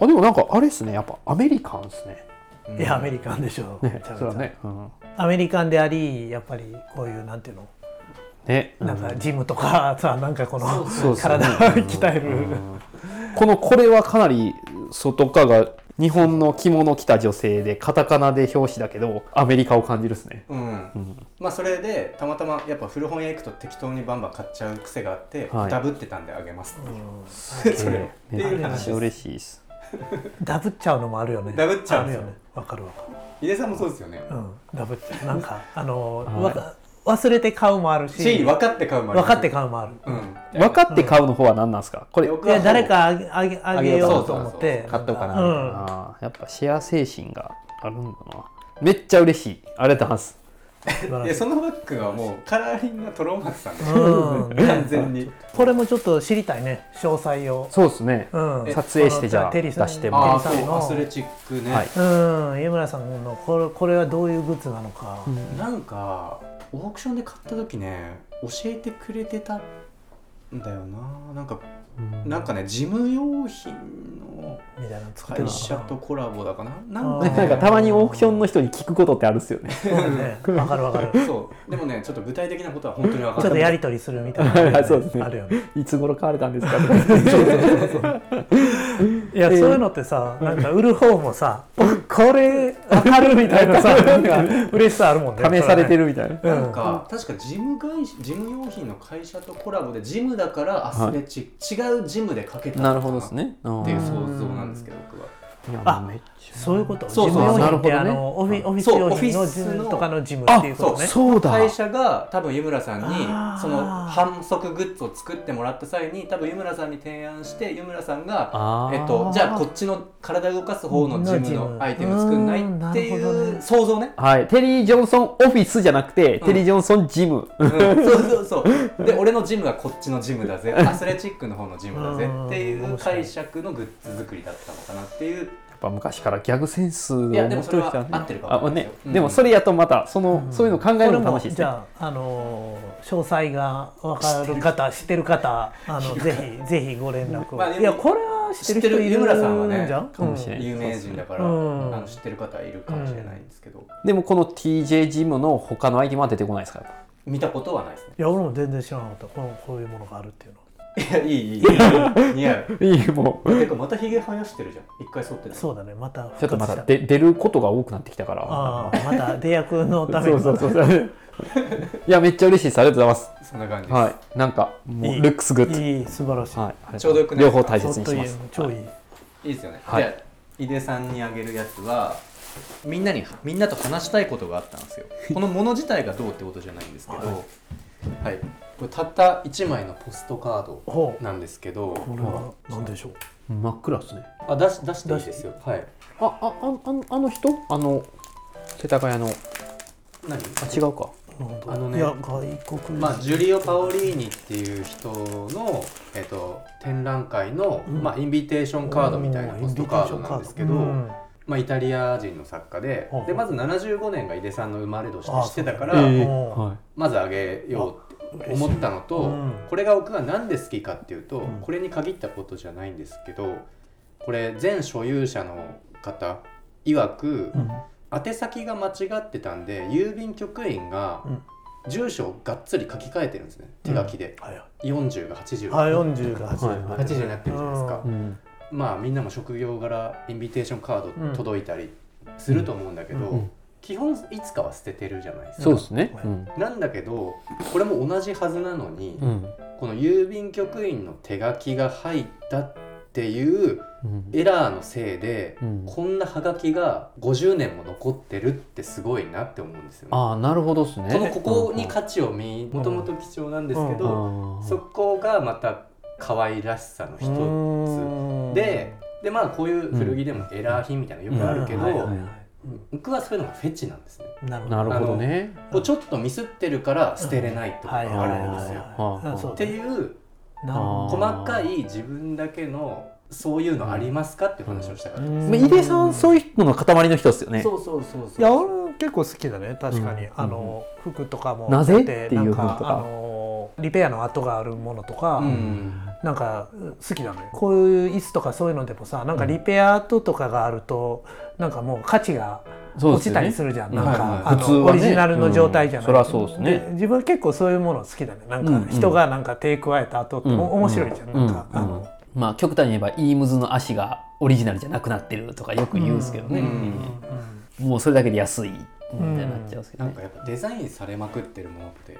[SPEAKER 3] あでもなんかあれっすねやっぱアメリカンっすね
[SPEAKER 2] うん
[SPEAKER 4] いやアメリカンでしょ、め
[SPEAKER 3] ね
[SPEAKER 4] ちゃめち
[SPEAKER 3] そ
[SPEAKER 4] ゃ
[SPEAKER 3] うだね、うん、
[SPEAKER 4] アメリカンでありやっぱりこういうなんていうの
[SPEAKER 3] ね
[SPEAKER 4] なんかジムとか さなんかこの
[SPEAKER 3] そうっすね
[SPEAKER 4] 体を鍛える
[SPEAKER 3] このこれはかなり外側が日本の着物を着た女性でカタカナで表紙だけどアメリカを感じるっすね
[SPEAKER 2] うん、まあそれでたまたまやっぱ古本屋行くと適当にバンバン買っちゃう癖があって、
[SPEAKER 3] はい
[SPEAKER 2] ダブってたんであげます、それって
[SPEAKER 3] め
[SPEAKER 2] いう話
[SPEAKER 3] っちゃ
[SPEAKER 2] です
[SPEAKER 3] 嬉しいっす
[SPEAKER 4] ダブっちゃうのもあるよね
[SPEAKER 2] ダブっちゃうん
[SPEAKER 4] あ
[SPEAKER 2] で
[SPEAKER 4] る
[SPEAKER 2] す
[SPEAKER 4] よ
[SPEAKER 2] よ
[SPEAKER 4] ねわかるわかる
[SPEAKER 2] 井出さんもそうですよね
[SPEAKER 4] うんダブっちゃうなんかあの、
[SPEAKER 3] はい
[SPEAKER 4] わか忘れて買うもあるし
[SPEAKER 2] し分かって買うまで
[SPEAKER 4] 分かって買うもある、
[SPEAKER 2] うん
[SPEAKER 3] 分かって買うの方は何なんですかこれ
[SPEAKER 2] 僕
[SPEAKER 4] い
[SPEAKER 2] は
[SPEAKER 4] や誰かあげあげあげようと思っ
[SPEAKER 2] あげよ
[SPEAKER 4] て
[SPEAKER 2] うそうそうそう買っとかな
[SPEAKER 4] うん
[SPEAKER 3] あーやっぱシェア精神があるんだなめっちゃ嬉しいありがとうございます
[SPEAKER 4] 素晴
[SPEAKER 2] い
[SPEAKER 4] ら
[SPEAKER 2] や
[SPEAKER 4] しい
[SPEAKER 2] そのバッグはもうカラーリングがトロマツさんで
[SPEAKER 4] うんね
[SPEAKER 2] 完全に
[SPEAKER 4] これもちょっと知りたいね詳細を、
[SPEAKER 3] そうですね、
[SPEAKER 4] うん、
[SPEAKER 3] 撮影してじゃあ
[SPEAKER 4] テリーさん
[SPEAKER 3] 出しても
[SPEAKER 2] ああ
[SPEAKER 4] テ
[SPEAKER 2] そ
[SPEAKER 4] リーさん
[SPEAKER 2] う
[SPEAKER 4] の
[SPEAKER 2] アスレチックね、
[SPEAKER 3] はい
[SPEAKER 4] うん、井村さんのこれこれはどういうグッズなのか、
[SPEAKER 2] なんかオークションで買った時ね教えてくれてたんだよななんかなんかね事務用品の
[SPEAKER 4] みたいなの作って
[SPEAKER 2] 会
[SPEAKER 4] るの
[SPEAKER 2] 社とコラボだかななん
[SPEAKER 4] あ
[SPEAKER 2] か
[SPEAKER 4] ー
[SPEAKER 3] なんかたまにオークションの人に聞くことってあるっすよね
[SPEAKER 4] そうだねわかるわ かるち
[SPEAKER 2] そうでもねちょっと具体的なことは本当に分か
[SPEAKER 4] ょ
[SPEAKER 2] ん
[SPEAKER 4] っ
[SPEAKER 2] ない
[SPEAKER 4] とやり取りするみたいなのがね
[SPEAKER 3] そうですね
[SPEAKER 4] あるよね
[SPEAKER 3] いつ頃買われたんですかとか
[SPEAKER 4] いや、
[SPEAKER 3] えー
[SPEAKER 4] そういうのってさなんか売る方もさ「おこれ当たる」みたいなさなんか嬉しさあるもんね
[SPEAKER 3] 試されて
[SPEAKER 4] る、
[SPEAKER 3] るみたいな。
[SPEAKER 4] う
[SPEAKER 2] なん
[SPEAKER 4] ん
[SPEAKER 2] か確かジム会社ジム用品の会社とコラボでジムだからアスレチック、違うジムでかけたのか
[SPEAKER 3] なるほどですね。
[SPEAKER 2] っていう想像なんですけど僕は。
[SPEAKER 3] いや
[SPEAKER 4] あ
[SPEAKER 3] めっちゃ
[SPEAKER 4] そういうこと。
[SPEAKER 2] そうそう
[SPEAKER 4] 事務用品って
[SPEAKER 3] なるほどね
[SPEAKER 4] あのオフィオフィス
[SPEAKER 2] そう
[SPEAKER 4] 用品
[SPEAKER 2] オ
[SPEAKER 4] の
[SPEAKER 2] フィ
[SPEAKER 4] ジ
[SPEAKER 2] スの
[SPEAKER 4] ムとかのジムっていうことね。
[SPEAKER 3] そうだ。
[SPEAKER 2] 会社が多分湯村さんに
[SPEAKER 4] あー
[SPEAKER 2] その反則グッズを作ってもらった際に多分湯村さんに提案して湯村さんが、
[SPEAKER 3] あー
[SPEAKER 2] えっと、じゃあこっちの体動かす方のジムのアイテム作んない
[SPEAKER 4] うん
[SPEAKER 2] ってい
[SPEAKER 4] なるほど
[SPEAKER 2] う
[SPEAKER 4] ね
[SPEAKER 2] 想像ね。
[SPEAKER 3] はい、テリー・ジョンソンオフィスじゃなくて、テリー・ジョンソンジム。
[SPEAKER 2] うん、そうそうそうで俺のジムはこっちのジムだぜアスレチックの方のジムだぜっていう解釈のグッズ作りだったのかなっていう
[SPEAKER 3] やっぱ昔からギャグセンスを
[SPEAKER 2] い
[SPEAKER 3] 持っ
[SPEAKER 2] や
[SPEAKER 3] て
[SPEAKER 2] で
[SPEAKER 3] る
[SPEAKER 2] も
[SPEAKER 3] 人は
[SPEAKER 2] それ
[SPEAKER 3] ね
[SPEAKER 2] は合ってるかも
[SPEAKER 3] あね
[SPEAKER 2] うん
[SPEAKER 3] でもそれやとまたその、そういうの考えるの楽しいです
[SPEAKER 4] じ
[SPEAKER 3] ね。
[SPEAKER 4] ゃあ、あの詳細が分かる方、知ってる方、あのぜひぜひご連絡を。
[SPEAKER 2] まあでも
[SPEAKER 4] いや、これは知ってる人い
[SPEAKER 2] 知ってる井
[SPEAKER 4] る
[SPEAKER 2] 村さんはね
[SPEAKER 4] んじゃん。
[SPEAKER 3] かもしれない
[SPEAKER 2] 有名人だから、
[SPEAKER 4] うん
[SPEAKER 2] あの知ってる方いるかもしれないんですけど、
[SPEAKER 3] でもこの TJ ジムの他のアイテムは出てこないですから。
[SPEAKER 2] 見たことはないですね
[SPEAKER 4] いや、俺も全然知らなかった。このこういうものがあるっていうの。
[SPEAKER 2] いやいいいいいい似合う
[SPEAKER 3] いいもう
[SPEAKER 2] てかまたひげ生やしてるじゃん一回剃ってた
[SPEAKER 4] そうだね。また
[SPEAKER 3] ちょっと
[SPEAKER 4] 復
[SPEAKER 3] ま
[SPEAKER 4] 活した
[SPEAKER 3] で出ることが多くなってきたか
[SPEAKER 4] あ
[SPEAKER 3] ら。
[SPEAKER 4] あ、また出役のため
[SPEAKER 3] そ
[SPEAKER 4] に。
[SPEAKER 3] うそうそう そう。いやめっちゃ嬉しいです。ありがとうございま
[SPEAKER 2] そんな感じで
[SPEAKER 3] す。
[SPEAKER 2] す、
[SPEAKER 3] はい、なんかもう
[SPEAKER 4] いい
[SPEAKER 3] ルックスグッド。はい
[SPEAKER 4] いい素晴らしい。
[SPEAKER 3] ありがとうございます
[SPEAKER 2] ちょうどよくない
[SPEAKER 3] 両方大切にし
[SPEAKER 4] ちょ
[SPEAKER 3] ま
[SPEAKER 4] っ
[SPEAKER 3] す。
[SPEAKER 4] といい超いい。
[SPEAKER 2] いいですよね、
[SPEAKER 3] はい
[SPEAKER 2] じゃあ井出さんにあげるやつはみんなに みんなと話したいことがあったんですよこのもの自体がどうってことじゃないんですけど
[SPEAKER 4] は
[SPEAKER 2] はい、これたった1枚のポストカード
[SPEAKER 4] ほう。
[SPEAKER 2] なんですけど
[SPEAKER 4] これは何でしょう。
[SPEAKER 3] 真っ暗ですね。
[SPEAKER 2] あ出し出していいですよはい
[SPEAKER 3] あああああの人？あの世田谷の
[SPEAKER 2] 何
[SPEAKER 3] あ違うか。
[SPEAKER 4] なんだ
[SPEAKER 2] あのね
[SPEAKER 4] いや、外国
[SPEAKER 2] まあ、ジュリオ・パオリーニっていう人の、えっと、展覧会の、
[SPEAKER 4] うん
[SPEAKER 2] まあ、インビテーションカードみたいなポストカードなんですけど、
[SPEAKER 4] うん
[SPEAKER 2] まあ、イタリア人の作家で
[SPEAKER 4] ほうほう
[SPEAKER 2] でまず75年が井出さんの生まれ年
[SPEAKER 4] あ
[SPEAKER 2] としてたか
[SPEAKER 4] そうだ
[SPEAKER 2] ら
[SPEAKER 4] えー
[SPEAKER 3] はい。
[SPEAKER 2] まずあげようって思ったのと、
[SPEAKER 4] うん
[SPEAKER 2] これが僕が何で好きかっていうと、
[SPEAKER 4] ん
[SPEAKER 2] これに限ったことじゃないんですけどこれ全所有者の方曰く、
[SPEAKER 4] うん
[SPEAKER 2] 宛先が間違ってたんで郵便局員が
[SPEAKER 4] うん
[SPEAKER 2] 住所をがっつり書き換えてるんですね手書きで、
[SPEAKER 4] はいはい
[SPEAKER 2] 40が80
[SPEAKER 4] あ、四十が八
[SPEAKER 3] はいはい
[SPEAKER 2] 80になってるじゃないですか、
[SPEAKER 3] うん。
[SPEAKER 2] まあみんなも職業柄インビテーションカー
[SPEAKER 4] う
[SPEAKER 2] ド
[SPEAKER 4] ん
[SPEAKER 2] 届いたりすると思うんだけど、
[SPEAKER 3] うん
[SPEAKER 2] 基本いつかは捨ててるじゃないですか
[SPEAKER 3] そうですね。
[SPEAKER 4] はい
[SPEAKER 3] うん。
[SPEAKER 2] なんだけどこれも同じはずなのに、
[SPEAKER 3] うん。
[SPEAKER 2] この郵便局員の手書きが入ったっていう
[SPEAKER 3] うん
[SPEAKER 2] エラーのせいで、
[SPEAKER 3] うん
[SPEAKER 2] こんなハガキが50年も残ってるってすごいなって思うんですよね。
[SPEAKER 3] ああなるほどですね。
[SPEAKER 2] このここに価値を見もともと貴重なんですけ
[SPEAKER 3] う
[SPEAKER 2] ど、
[SPEAKER 3] ん
[SPEAKER 2] そこがまた可愛らしさの一つででまあこういう古着でもエラー品みたいなのよくあるけど、
[SPEAKER 4] うんうん
[SPEAKER 3] はい
[SPEAKER 2] 僕はそういうのがフェチなんですね。
[SPEAKER 4] なるほど
[SPEAKER 3] なるほどね。
[SPEAKER 2] こうちょっとミスってるから捨てれないとか
[SPEAKER 4] はい
[SPEAKER 2] 分
[SPEAKER 4] は
[SPEAKER 2] か
[SPEAKER 4] い
[SPEAKER 2] れ
[SPEAKER 4] はい
[SPEAKER 2] るんですよ。
[SPEAKER 4] はい
[SPEAKER 3] うん
[SPEAKER 4] あそう
[SPEAKER 2] っ
[SPEAKER 4] だ
[SPEAKER 2] て
[SPEAKER 4] ね
[SPEAKER 2] いう
[SPEAKER 4] なるほ
[SPEAKER 2] 細かい自分だけのそういうのありますかっていう話をしたかった
[SPEAKER 4] ど
[SPEAKER 2] んで
[SPEAKER 3] まあ井出さんそういうのの塊の人ですよね
[SPEAKER 2] す。。そうそうそうそう。
[SPEAKER 4] いや俺結構好きだね確かに、
[SPEAKER 3] うん
[SPEAKER 4] あの服とかも
[SPEAKER 3] なぜ
[SPEAKER 4] だて
[SPEAKER 3] っていう
[SPEAKER 4] なんか
[SPEAKER 3] 服とか
[SPEAKER 4] あのリペアの跡があるものとか、
[SPEAKER 2] うん、
[SPEAKER 4] なんか好きなのよこういう椅子とかそういうのでもさなんかリペア跡とかがあるとなんかもう価値が
[SPEAKER 3] そうで
[SPEAKER 4] 落
[SPEAKER 3] す
[SPEAKER 4] ち
[SPEAKER 3] よね
[SPEAKER 4] たりするじゃん、
[SPEAKER 3] うん
[SPEAKER 4] なんか、
[SPEAKER 2] はいはい
[SPEAKER 4] あの
[SPEAKER 3] 普通は
[SPEAKER 4] オ
[SPEAKER 3] ね
[SPEAKER 4] リジナルの状態じゃない、
[SPEAKER 3] うんそりゃそうですね
[SPEAKER 4] 自分は結構そういうもの好きだねなん
[SPEAKER 3] うんうん
[SPEAKER 4] か人がなんか手加えた後って、
[SPEAKER 3] うん
[SPEAKER 4] お面白いじゃん、
[SPEAKER 3] うん
[SPEAKER 4] なんか、
[SPEAKER 3] うん
[SPEAKER 4] あの
[SPEAKER 3] まあ極端に言えばイームズの足がオリジナルじゃなくなってるとかよく言うんですけどね。
[SPEAKER 2] うん
[SPEAKER 3] うんもうそれだけで安いみたいになっちゃうんですけど
[SPEAKER 2] なん
[SPEAKER 3] ね。
[SPEAKER 2] かやっぱデザインされまくってるものって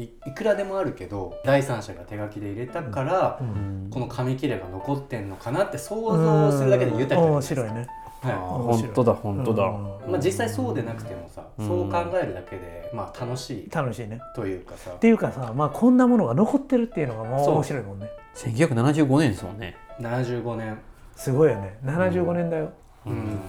[SPEAKER 2] いいくらでもあるけど第三者が手書きで入れたから、
[SPEAKER 3] うん
[SPEAKER 2] この紙切れが残ってんのかなって想像するだけで豊かじゃ
[SPEAKER 4] う
[SPEAKER 2] ない
[SPEAKER 4] ん面
[SPEAKER 2] ですか
[SPEAKER 4] 白いね
[SPEAKER 2] は
[SPEAKER 4] 面白
[SPEAKER 3] 本
[SPEAKER 4] い
[SPEAKER 3] 当だ本当だ。
[SPEAKER 2] いまあ、実際そうでなくてもさ、
[SPEAKER 3] うん
[SPEAKER 2] そう考えるだけで、まあ、楽しい
[SPEAKER 4] 楽しいね
[SPEAKER 2] というかさ
[SPEAKER 4] っていうかさ、まあ、こんなものが残ってるっていうのがもう
[SPEAKER 2] そう
[SPEAKER 4] 面白いもんね
[SPEAKER 3] 1975年ですもんね。
[SPEAKER 2] 75年、
[SPEAKER 4] すごいよね75年だよ、
[SPEAKER 2] うん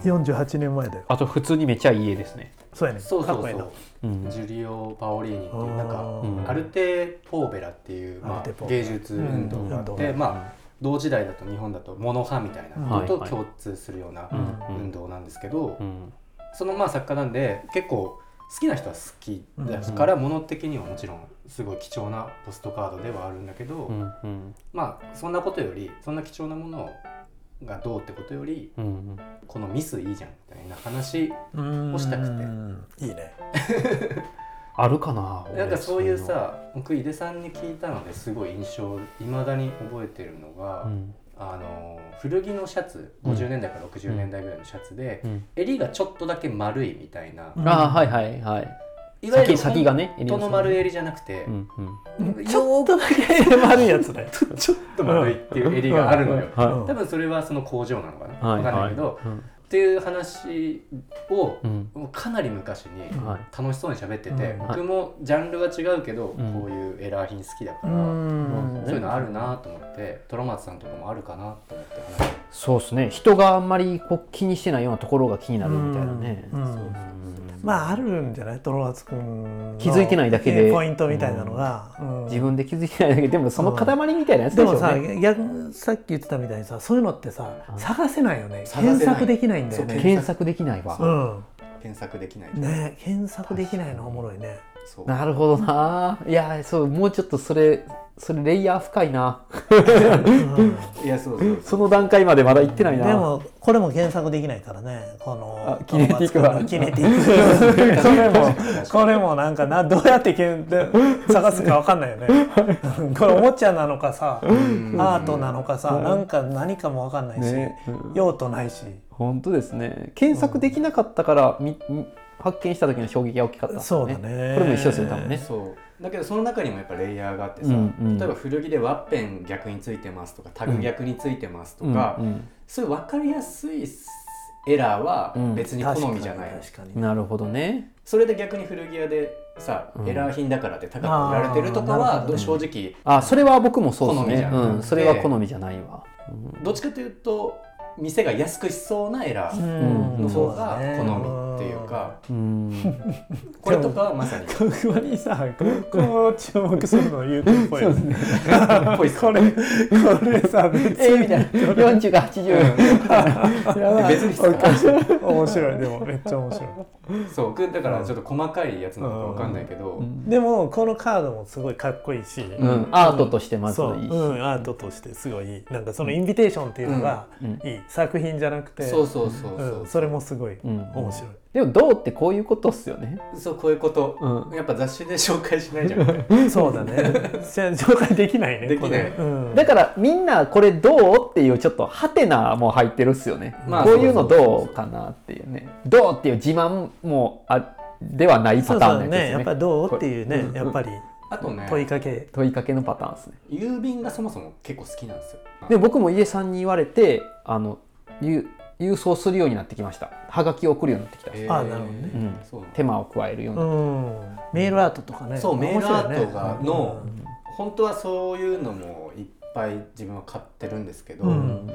[SPEAKER 4] 48年前だよ
[SPEAKER 3] あと普通にめちゃいい絵ですね。
[SPEAKER 4] そうやね
[SPEAKER 2] そうそ
[SPEAKER 4] かっ
[SPEAKER 2] う
[SPEAKER 4] こいい
[SPEAKER 2] そ
[SPEAKER 4] な
[SPEAKER 2] う
[SPEAKER 3] うん
[SPEAKER 2] ジュリオ・パオリーニって
[SPEAKER 4] あ
[SPEAKER 2] いう
[SPEAKER 4] ー
[SPEAKER 2] なんか
[SPEAKER 3] うん
[SPEAKER 2] アルテ・ポーベラっていう、ま
[SPEAKER 4] アルテポ
[SPEAKER 2] あ、
[SPEAKER 4] ーベ
[SPEAKER 2] 芸
[SPEAKER 4] ラ
[SPEAKER 2] 術運動があっ
[SPEAKER 4] うん
[SPEAKER 2] て、
[SPEAKER 4] うん
[SPEAKER 2] まあ、同時代だと日本だとモノ派みたいなことと共通するような
[SPEAKER 3] うん
[SPEAKER 2] 運動なんですけど、
[SPEAKER 3] うん
[SPEAKER 2] そのまあ作家なんで結構好きな人は好きだから物的にはもちろんすごい貴重なポストカードではあるんだけど、
[SPEAKER 3] うんうん
[SPEAKER 2] まあそんなことよりそんな貴重なものがどうってことより
[SPEAKER 3] うん
[SPEAKER 2] このミスいいじゃんみたいな話
[SPEAKER 4] 押
[SPEAKER 2] したくて
[SPEAKER 4] いいね
[SPEAKER 3] あるかな。
[SPEAKER 2] なんかそういう
[SPEAKER 3] 俺
[SPEAKER 2] さ僕井出さんに聞いたのですごい印象いまだに覚えてるのが、
[SPEAKER 3] そういうの。
[SPEAKER 2] あの古着のシャツ
[SPEAKER 5] うん
[SPEAKER 2] 50年代から60年代ぐらいのシャツで、
[SPEAKER 5] うん
[SPEAKER 2] 襟がちょっとだけ丸いみたいな、
[SPEAKER 4] うん
[SPEAKER 5] ああはいはいはい
[SPEAKER 2] いわゆ
[SPEAKER 5] 先
[SPEAKER 2] る
[SPEAKER 5] 先がね
[SPEAKER 2] 本当の丸襟じゃなくて、
[SPEAKER 5] うんうん
[SPEAKER 4] ちょっとだけ 悪いやつだよ。
[SPEAKER 2] ちょっと丸いっていう襟があるのよ。
[SPEAKER 5] は
[SPEAKER 2] 多分それはその工場なのかな、
[SPEAKER 5] いはい
[SPEAKER 2] わかんないけど、
[SPEAKER 5] うん
[SPEAKER 2] っていう話を
[SPEAKER 5] う、ん
[SPEAKER 2] もうかなり昔に
[SPEAKER 5] はい
[SPEAKER 2] 楽しそうに喋ってて、
[SPEAKER 4] うん
[SPEAKER 2] 僕もジャンルは違うけど、
[SPEAKER 5] うん
[SPEAKER 2] こういうエラー品好きだか
[SPEAKER 4] う
[SPEAKER 2] ら、
[SPEAKER 4] ん
[SPEAKER 2] そういうのあるなと思ってトロマツさんとかもあるかなと思って話して
[SPEAKER 3] そうですね人があんまりこう気にしてないようなところが気になるみたいなね、
[SPEAKER 4] うん
[SPEAKER 3] そう
[SPEAKER 5] うん
[SPEAKER 4] まああるんじゃないトロワツ君の
[SPEAKER 3] 気づいてないだけで
[SPEAKER 4] ねポイントみたいなのが、うん
[SPEAKER 3] 自分で気づいてないだけでもその塊みたいなやつで
[SPEAKER 4] です
[SPEAKER 3] よ
[SPEAKER 4] も
[SPEAKER 3] ね、
[SPEAKER 4] さ逆さっき言ってたみたいにさそういうのってさ
[SPEAKER 5] うん
[SPEAKER 4] 探せないよね
[SPEAKER 2] 探せない
[SPEAKER 4] 検索できないんだよ
[SPEAKER 2] そう
[SPEAKER 4] ね
[SPEAKER 3] 検索できないわ、
[SPEAKER 4] うん
[SPEAKER 2] 検索できない、
[SPEAKER 4] ね検索できないのおもろいね
[SPEAKER 2] そう
[SPEAKER 3] なるほどないやそうもうちょっとそれそれレイヤー深いな
[SPEAKER 4] うん
[SPEAKER 2] いやそうそう
[SPEAKER 3] その段階までまだ行ってないな
[SPEAKER 4] でもこれも検索できないからねこの
[SPEAKER 3] あキネティックは
[SPEAKER 4] キネティ ックこれもこれもなんかなどうやって検で探すかわかんないよねこれおもちゃなのかさア
[SPEAKER 2] うん
[SPEAKER 4] ートなのかさなんか何かもわかんないし
[SPEAKER 3] ねうん
[SPEAKER 4] 用途ないし
[SPEAKER 3] 本当ですね検索できなかったから、みみ発見した時の衝撃が大きかったんですね
[SPEAKER 4] そうだね
[SPEAKER 3] これも一緒ですよ多分ね
[SPEAKER 2] そうだけどその中にもやっぱレイヤーがあってさ、
[SPEAKER 3] うんうん
[SPEAKER 2] 例えば古着でワッペン逆についてますとかタグ逆についてますとか、
[SPEAKER 3] うん
[SPEAKER 2] そういう分かりやすいエラーは別に好みじゃない、
[SPEAKER 4] 確かに
[SPEAKER 3] うんなるほどね
[SPEAKER 2] それで逆に古着屋でさ、
[SPEAKER 3] うん
[SPEAKER 2] エラー品だからって高く売られてるとか
[SPEAKER 4] あーなる
[SPEAKER 2] は
[SPEAKER 4] ほどね
[SPEAKER 2] 正直
[SPEAKER 3] あそれは僕もそう
[SPEAKER 2] 好
[SPEAKER 3] で
[SPEAKER 2] みじ
[SPEAKER 3] すね
[SPEAKER 2] ゃなくて
[SPEAKER 3] うんそれは好みじゃないわ、うん
[SPEAKER 2] どっちかというと店が安くしそうなエラー
[SPEAKER 3] ん
[SPEAKER 2] の方が好みっていう か、
[SPEAKER 3] うん、
[SPEAKER 2] これとかはまさに
[SPEAKER 4] 角馬にさ、ここを注目するの言うてっぽいよね。
[SPEAKER 2] ぽいっす
[SPEAKER 4] これ、これさ、別
[SPEAKER 3] えー、み
[SPEAKER 4] に
[SPEAKER 3] たいな40が80、
[SPEAKER 2] 別にっすか
[SPEAKER 4] 面白い、でもめっちゃ面白い。
[SPEAKER 2] そうくだからちょっと細かいやつなのかわかんないけど、
[SPEAKER 4] でも、このカードもすごいかっこいいし、
[SPEAKER 3] うん
[SPEAKER 2] うん
[SPEAKER 3] アートとしてまずい
[SPEAKER 4] そう、
[SPEAKER 3] いし、
[SPEAKER 4] うん、アートとしてすごいいい。なんかそのインビテーションっていうのが
[SPEAKER 3] うんうん
[SPEAKER 4] いい。作品じゃなくて、
[SPEAKER 2] そうそうそうそう、
[SPEAKER 4] うんそれもすごい
[SPEAKER 3] うん
[SPEAKER 4] 面白い。
[SPEAKER 3] でもどうってこういうことっすよね
[SPEAKER 2] そうこういうこと、
[SPEAKER 3] う
[SPEAKER 2] やっぱ雑誌で紹介しないじゃんこれ
[SPEAKER 4] そうだね。じゃあ紹介できないね、
[SPEAKER 2] できない
[SPEAKER 4] これうん
[SPEAKER 3] だからみんなこれどうっていうちょっとハテナも入ってるっすよね、
[SPEAKER 2] まあ
[SPEAKER 3] こういうのどうかなっていうねどうっていう自慢もあではない
[SPEAKER 4] そ
[SPEAKER 3] パ
[SPEAKER 4] う
[SPEAKER 3] ター
[SPEAKER 4] そ
[SPEAKER 3] ンのや
[SPEAKER 4] う
[SPEAKER 3] つですね
[SPEAKER 4] ね。やっぱりどうっていうね
[SPEAKER 3] う、ん
[SPEAKER 4] やっぱり
[SPEAKER 2] あとね
[SPEAKER 4] 問いかけ。
[SPEAKER 3] 問いかけのパターンですね
[SPEAKER 2] 郵便がそもそも結構好きなんですよ
[SPEAKER 3] で僕も家さんに言われてあのゆ郵送するようになってきましたはがきを送るようになってきた、
[SPEAKER 2] え
[SPEAKER 4] あなるほどね
[SPEAKER 3] うん
[SPEAKER 2] そうなんだ
[SPEAKER 3] 手間を加えるように
[SPEAKER 4] う
[SPEAKER 3] なっ
[SPEAKER 4] ん。メールアートとかね。
[SPEAKER 2] そうメー
[SPEAKER 4] 面
[SPEAKER 2] ル
[SPEAKER 4] 白
[SPEAKER 2] ア
[SPEAKER 4] いよね
[SPEAKER 2] ートがの
[SPEAKER 4] うん
[SPEAKER 2] 本当はそういうのもいっぱい自分は買ってるんですけど、
[SPEAKER 4] うん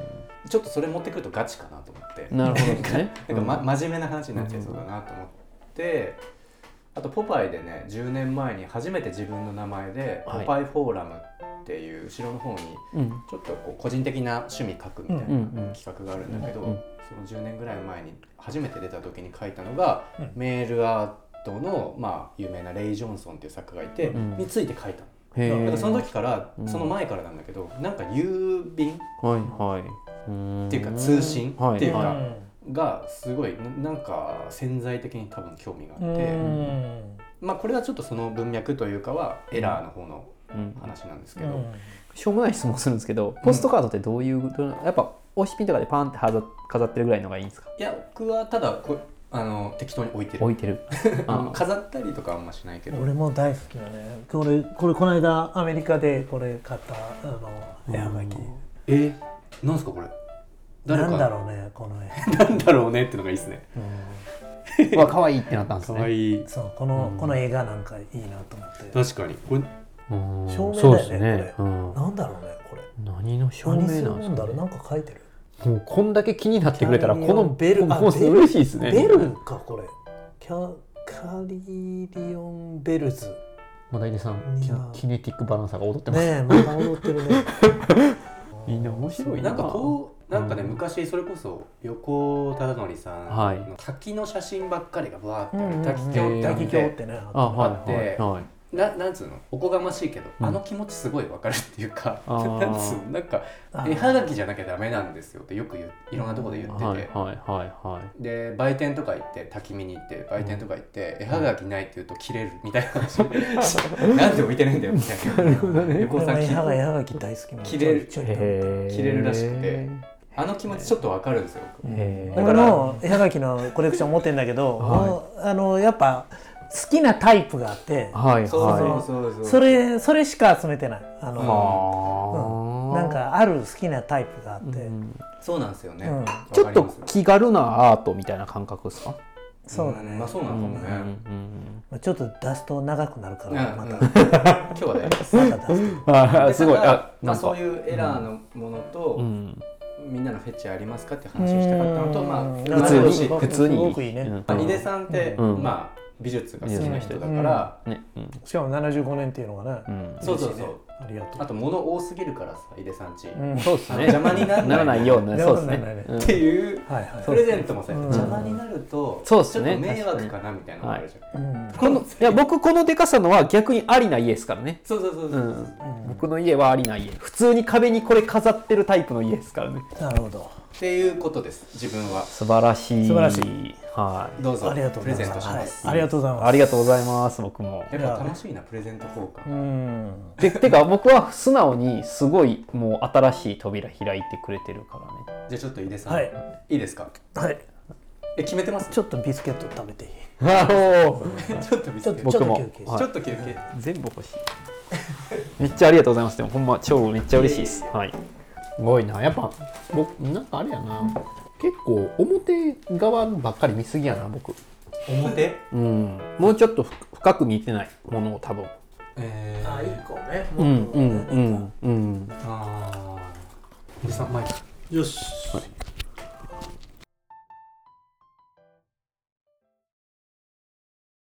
[SPEAKER 2] ちょっとそれ持ってくるとガチかなと思って
[SPEAKER 3] た、 なるほどですね
[SPEAKER 2] なんか、ま、真面目な話になっちゃいそうだなと思って、あと「ポパイ」でね10年前に初めて自分の名前で「
[SPEAKER 3] は
[SPEAKER 2] ポ
[SPEAKER 3] い
[SPEAKER 2] パイフォーラム」っていう後ろの方に
[SPEAKER 3] うんうん
[SPEAKER 2] ちょっとこう個人的な趣味書くみたいな
[SPEAKER 3] うんうん
[SPEAKER 2] 企画があるんだけど、
[SPEAKER 3] うん
[SPEAKER 2] その10年ぐらい前に初めて出た時に書いたのが、
[SPEAKER 4] うん
[SPEAKER 2] メールアートの、まあ、有名なレイ・ジョンソンっていう作家がいて、
[SPEAKER 3] うん
[SPEAKER 2] について書いたの。
[SPEAKER 3] へ
[SPEAKER 2] だから
[SPEAKER 3] え
[SPEAKER 2] その時から、
[SPEAKER 3] うん
[SPEAKER 2] その前からなんだけどなんか郵便
[SPEAKER 3] はいはい
[SPEAKER 2] っていうか通信っていうか、
[SPEAKER 3] は
[SPEAKER 2] がすごいななんか潜在的に多分興味があって、
[SPEAKER 4] うん
[SPEAKER 2] まあこれはちょっとその文脈というかはエラーの方の
[SPEAKER 3] うん
[SPEAKER 2] 話なんですけ
[SPEAKER 4] う
[SPEAKER 2] ど、
[SPEAKER 4] ん
[SPEAKER 3] しょうもない質問するんですけどポストカードってどういう、どうやっぱ推しピンとかでパンって飾飾ってるぐらいのがいいんですか
[SPEAKER 2] いや僕はただこあの適当に置いてる
[SPEAKER 3] 置 いてる
[SPEAKER 2] あの
[SPEAKER 3] あ
[SPEAKER 2] 飾ったりとかあんましないけど
[SPEAKER 4] 俺も大好きだねこれこれこの間アメリカでこれ買ったあの絵はがき
[SPEAKER 2] えー、なんすかこれ誰
[SPEAKER 4] な
[SPEAKER 2] か
[SPEAKER 4] んだろうねこの 絵、
[SPEAKER 2] なんだろうねってのがいいですね
[SPEAKER 4] う
[SPEAKER 3] うわ可愛いってなったんです
[SPEAKER 2] 可
[SPEAKER 3] ね
[SPEAKER 2] 愛い
[SPEAKER 4] んそうこの、この絵がなんかいいなと思って
[SPEAKER 2] 確かにこれ
[SPEAKER 3] うん
[SPEAKER 4] 照明だよね
[SPEAKER 3] そうですね、
[SPEAKER 4] こ
[SPEAKER 3] うん、
[SPEAKER 4] なんだろうねこれ
[SPEAKER 3] 何の照明な
[SPEAKER 4] 何
[SPEAKER 3] んですす
[SPEAKER 4] る
[SPEAKER 3] かね
[SPEAKER 4] んだろうなんか描いてる
[SPEAKER 3] もうこんだけ気になってくれたらこの
[SPEAKER 4] ベルあ
[SPEAKER 3] コース
[SPEAKER 4] ベル
[SPEAKER 3] 嬉しいですね
[SPEAKER 4] ベルかこれキャカリリオンベルズ
[SPEAKER 3] まだ井出さん
[SPEAKER 4] いや
[SPEAKER 3] キキネティックバランサーが踊ってます、
[SPEAKER 4] ね えまた踊ってるね
[SPEAKER 3] みんな面白い
[SPEAKER 2] なんかこうなんかね、
[SPEAKER 3] うん
[SPEAKER 2] 昔それこそ横尾忠則さんの、
[SPEAKER 3] はい
[SPEAKER 2] 滝の写真ばっかりがわーってあ
[SPEAKER 4] うんうん
[SPEAKER 2] る
[SPEAKER 4] うん
[SPEAKER 2] 滝橋ってあ
[SPEAKER 4] 大
[SPEAKER 2] って
[SPEAKER 4] 企業ってね
[SPEAKER 3] あ
[SPEAKER 2] あっ
[SPEAKER 3] はい
[SPEAKER 2] て
[SPEAKER 3] はいはい
[SPEAKER 2] ななんつうのおこがましいけど、あの気持ちすごいわかるっていうか
[SPEAKER 3] あー
[SPEAKER 2] なんつうのなんか
[SPEAKER 4] あ
[SPEAKER 2] 絵はがきじゃなきゃダメなんですよってよく言ういろんなとこで言ってて、
[SPEAKER 3] はいはいはいはい
[SPEAKER 2] で売店とか行って焚き見に行って売店とか行って、絵はがきないって言うと切れるみたいな話 なんで置いてないんだよみたいな横尾
[SPEAKER 4] 俺
[SPEAKER 2] さ
[SPEAKER 4] も
[SPEAKER 2] ん
[SPEAKER 4] 絵
[SPEAKER 2] 切
[SPEAKER 4] はが絵はがき大好きなの
[SPEAKER 2] 切れる
[SPEAKER 4] ちょいちょい
[SPEAKER 3] へー
[SPEAKER 2] 切れるらしくてあの気持ちちょっとわかるんですよ
[SPEAKER 3] へ
[SPEAKER 2] だ
[SPEAKER 3] ー
[SPEAKER 2] か
[SPEAKER 4] 俺
[SPEAKER 2] ら
[SPEAKER 4] も絵はがきのコレクション持ってんだけど、
[SPEAKER 3] はい
[SPEAKER 4] もうあのやっぱ好きなタイプがあって
[SPEAKER 3] はい
[SPEAKER 2] そう
[SPEAKER 3] はい
[SPEAKER 2] そうそう
[SPEAKER 4] それそれしか集めてないあの、
[SPEAKER 3] はあ
[SPEAKER 4] なんかある好きなタイプがあって、
[SPEAKER 3] うん
[SPEAKER 2] そうなんですよね、
[SPEAKER 4] うん
[SPEAKER 2] わかります
[SPEAKER 3] ちょっと気軽なアートみたいな感覚ですか
[SPEAKER 4] そうだね、
[SPEAKER 2] まあそうなのかもね、
[SPEAKER 3] うん
[SPEAKER 4] まあちょっと出すと長くなるから、
[SPEAKER 2] うん
[SPEAKER 4] また、
[SPEAKER 2] うん
[SPEAKER 4] ま
[SPEAKER 2] 今日はね
[SPEAKER 4] た出す と。
[SPEAKER 3] あー
[SPEAKER 2] ですだ
[SPEAKER 3] ごい
[SPEAKER 2] から
[SPEAKER 3] あ
[SPEAKER 2] ま
[SPEAKER 3] な
[SPEAKER 2] あ、
[SPEAKER 3] ん
[SPEAKER 2] そう
[SPEAKER 3] か
[SPEAKER 2] いうエラーのものと、
[SPEAKER 3] うん
[SPEAKER 2] みんなのフェチありますかって話をしたかったのと、
[SPEAKER 4] うん
[SPEAKER 2] まあ、
[SPEAKER 4] 普
[SPEAKER 3] 普
[SPEAKER 2] 同
[SPEAKER 3] 通
[SPEAKER 2] い
[SPEAKER 3] に
[SPEAKER 2] 年
[SPEAKER 4] うん
[SPEAKER 3] 普通に
[SPEAKER 4] すごくいいね
[SPEAKER 3] うん
[SPEAKER 2] まあ、井出さんって、
[SPEAKER 3] うん
[SPEAKER 2] まあ、美術が好きな人だから、
[SPEAKER 3] ねうん
[SPEAKER 4] しかも75年っていうのがね、
[SPEAKER 3] うん
[SPEAKER 2] そうそうそう
[SPEAKER 4] ありがとう。
[SPEAKER 2] あと物多すぎるからさ井出さんち、
[SPEAKER 4] うん
[SPEAKER 3] そうですね
[SPEAKER 2] 邪魔にならない
[SPEAKER 3] ならないようなそうです
[SPEAKER 4] ならな
[SPEAKER 3] ね
[SPEAKER 4] いね
[SPEAKER 3] うん
[SPEAKER 2] っていう
[SPEAKER 4] はいはい。
[SPEAKER 2] プレゼントもさ、
[SPEAKER 4] うん
[SPEAKER 2] 邪魔になると
[SPEAKER 3] そうっすね
[SPEAKER 2] ちょっと迷惑かなみたいなのがあるじゃん、
[SPEAKER 4] うん
[SPEAKER 3] このいや僕このでかさのは逆にありな家ですからね
[SPEAKER 2] そうそうそうそうう、
[SPEAKER 3] ん僕の家はありな家普通に壁にこれ飾ってるタイプの家ですからね
[SPEAKER 4] なるほど。
[SPEAKER 2] っていうことです自分は
[SPEAKER 3] 素晴らしい
[SPEAKER 4] 素晴らし
[SPEAKER 3] はい
[SPEAKER 2] どうぞ
[SPEAKER 4] ありがとう
[SPEAKER 2] プ
[SPEAKER 4] ご
[SPEAKER 2] レゼ
[SPEAKER 4] ざい
[SPEAKER 2] ント
[SPEAKER 4] ま
[SPEAKER 2] し
[SPEAKER 4] す。
[SPEAKER 2] ま
[SPEAKER 4] はい
[SPEAKER 2] す、
[SPEAKER 4] ありがとうございます。
[SPEAKER 3] ありがとうございます僕も
[SPEAKER 2] やっぱ楽しいなプレゼント交換、
[SPEAKER 4] うん。
[SPEAKER 3] ててか僕は素直にすごいもう新しい扉開いてくれてるからね
[SPEAKER 2] じゃあちょっと井出さん、
[SPEAKER 4] はい
[SPEAKER 2] い、いですか
[SPEAKER 4] はい。
[SPEAKER 2] え決めてます
[SPEAKER 4] ちょっとビスケット食べていい。
[SPEAKER 3] あ の
[SPEAKER 2] ちょっと見
[SPEAKER 4] ち
[SPEAKER 2] せ
[SPEAKER 4] ょってと
[SPEAKER 2] ちょ
[SPEAKER 3] 僕も
[SPEAKER 4] ちょ
[SPEAKER 2] っ
[SPEAKER 3] はい
[SPEAKER 4] っと休憩して
[SPEAKER 2] と休憩
[SPEAKER 3] 全部欲しいめっちゃありがとうございますでもほんま超めっちゃ嬉しいですはいすごいなやっぱ僕なんかあれやな結構表側ばっかり見すぎやな僕
[SPEAKER 2] 表
[SPEAKER 3] うんもうちょっとふ深く見てないものを多分
[SPEAKER 2] え
[SPEAKER 4] あ、一個ね。
[SPEAKER 3] うんうんうんうん
[SPEAKER 2] ああ。おじさん、マイク。
[SPEAKER 4] よし。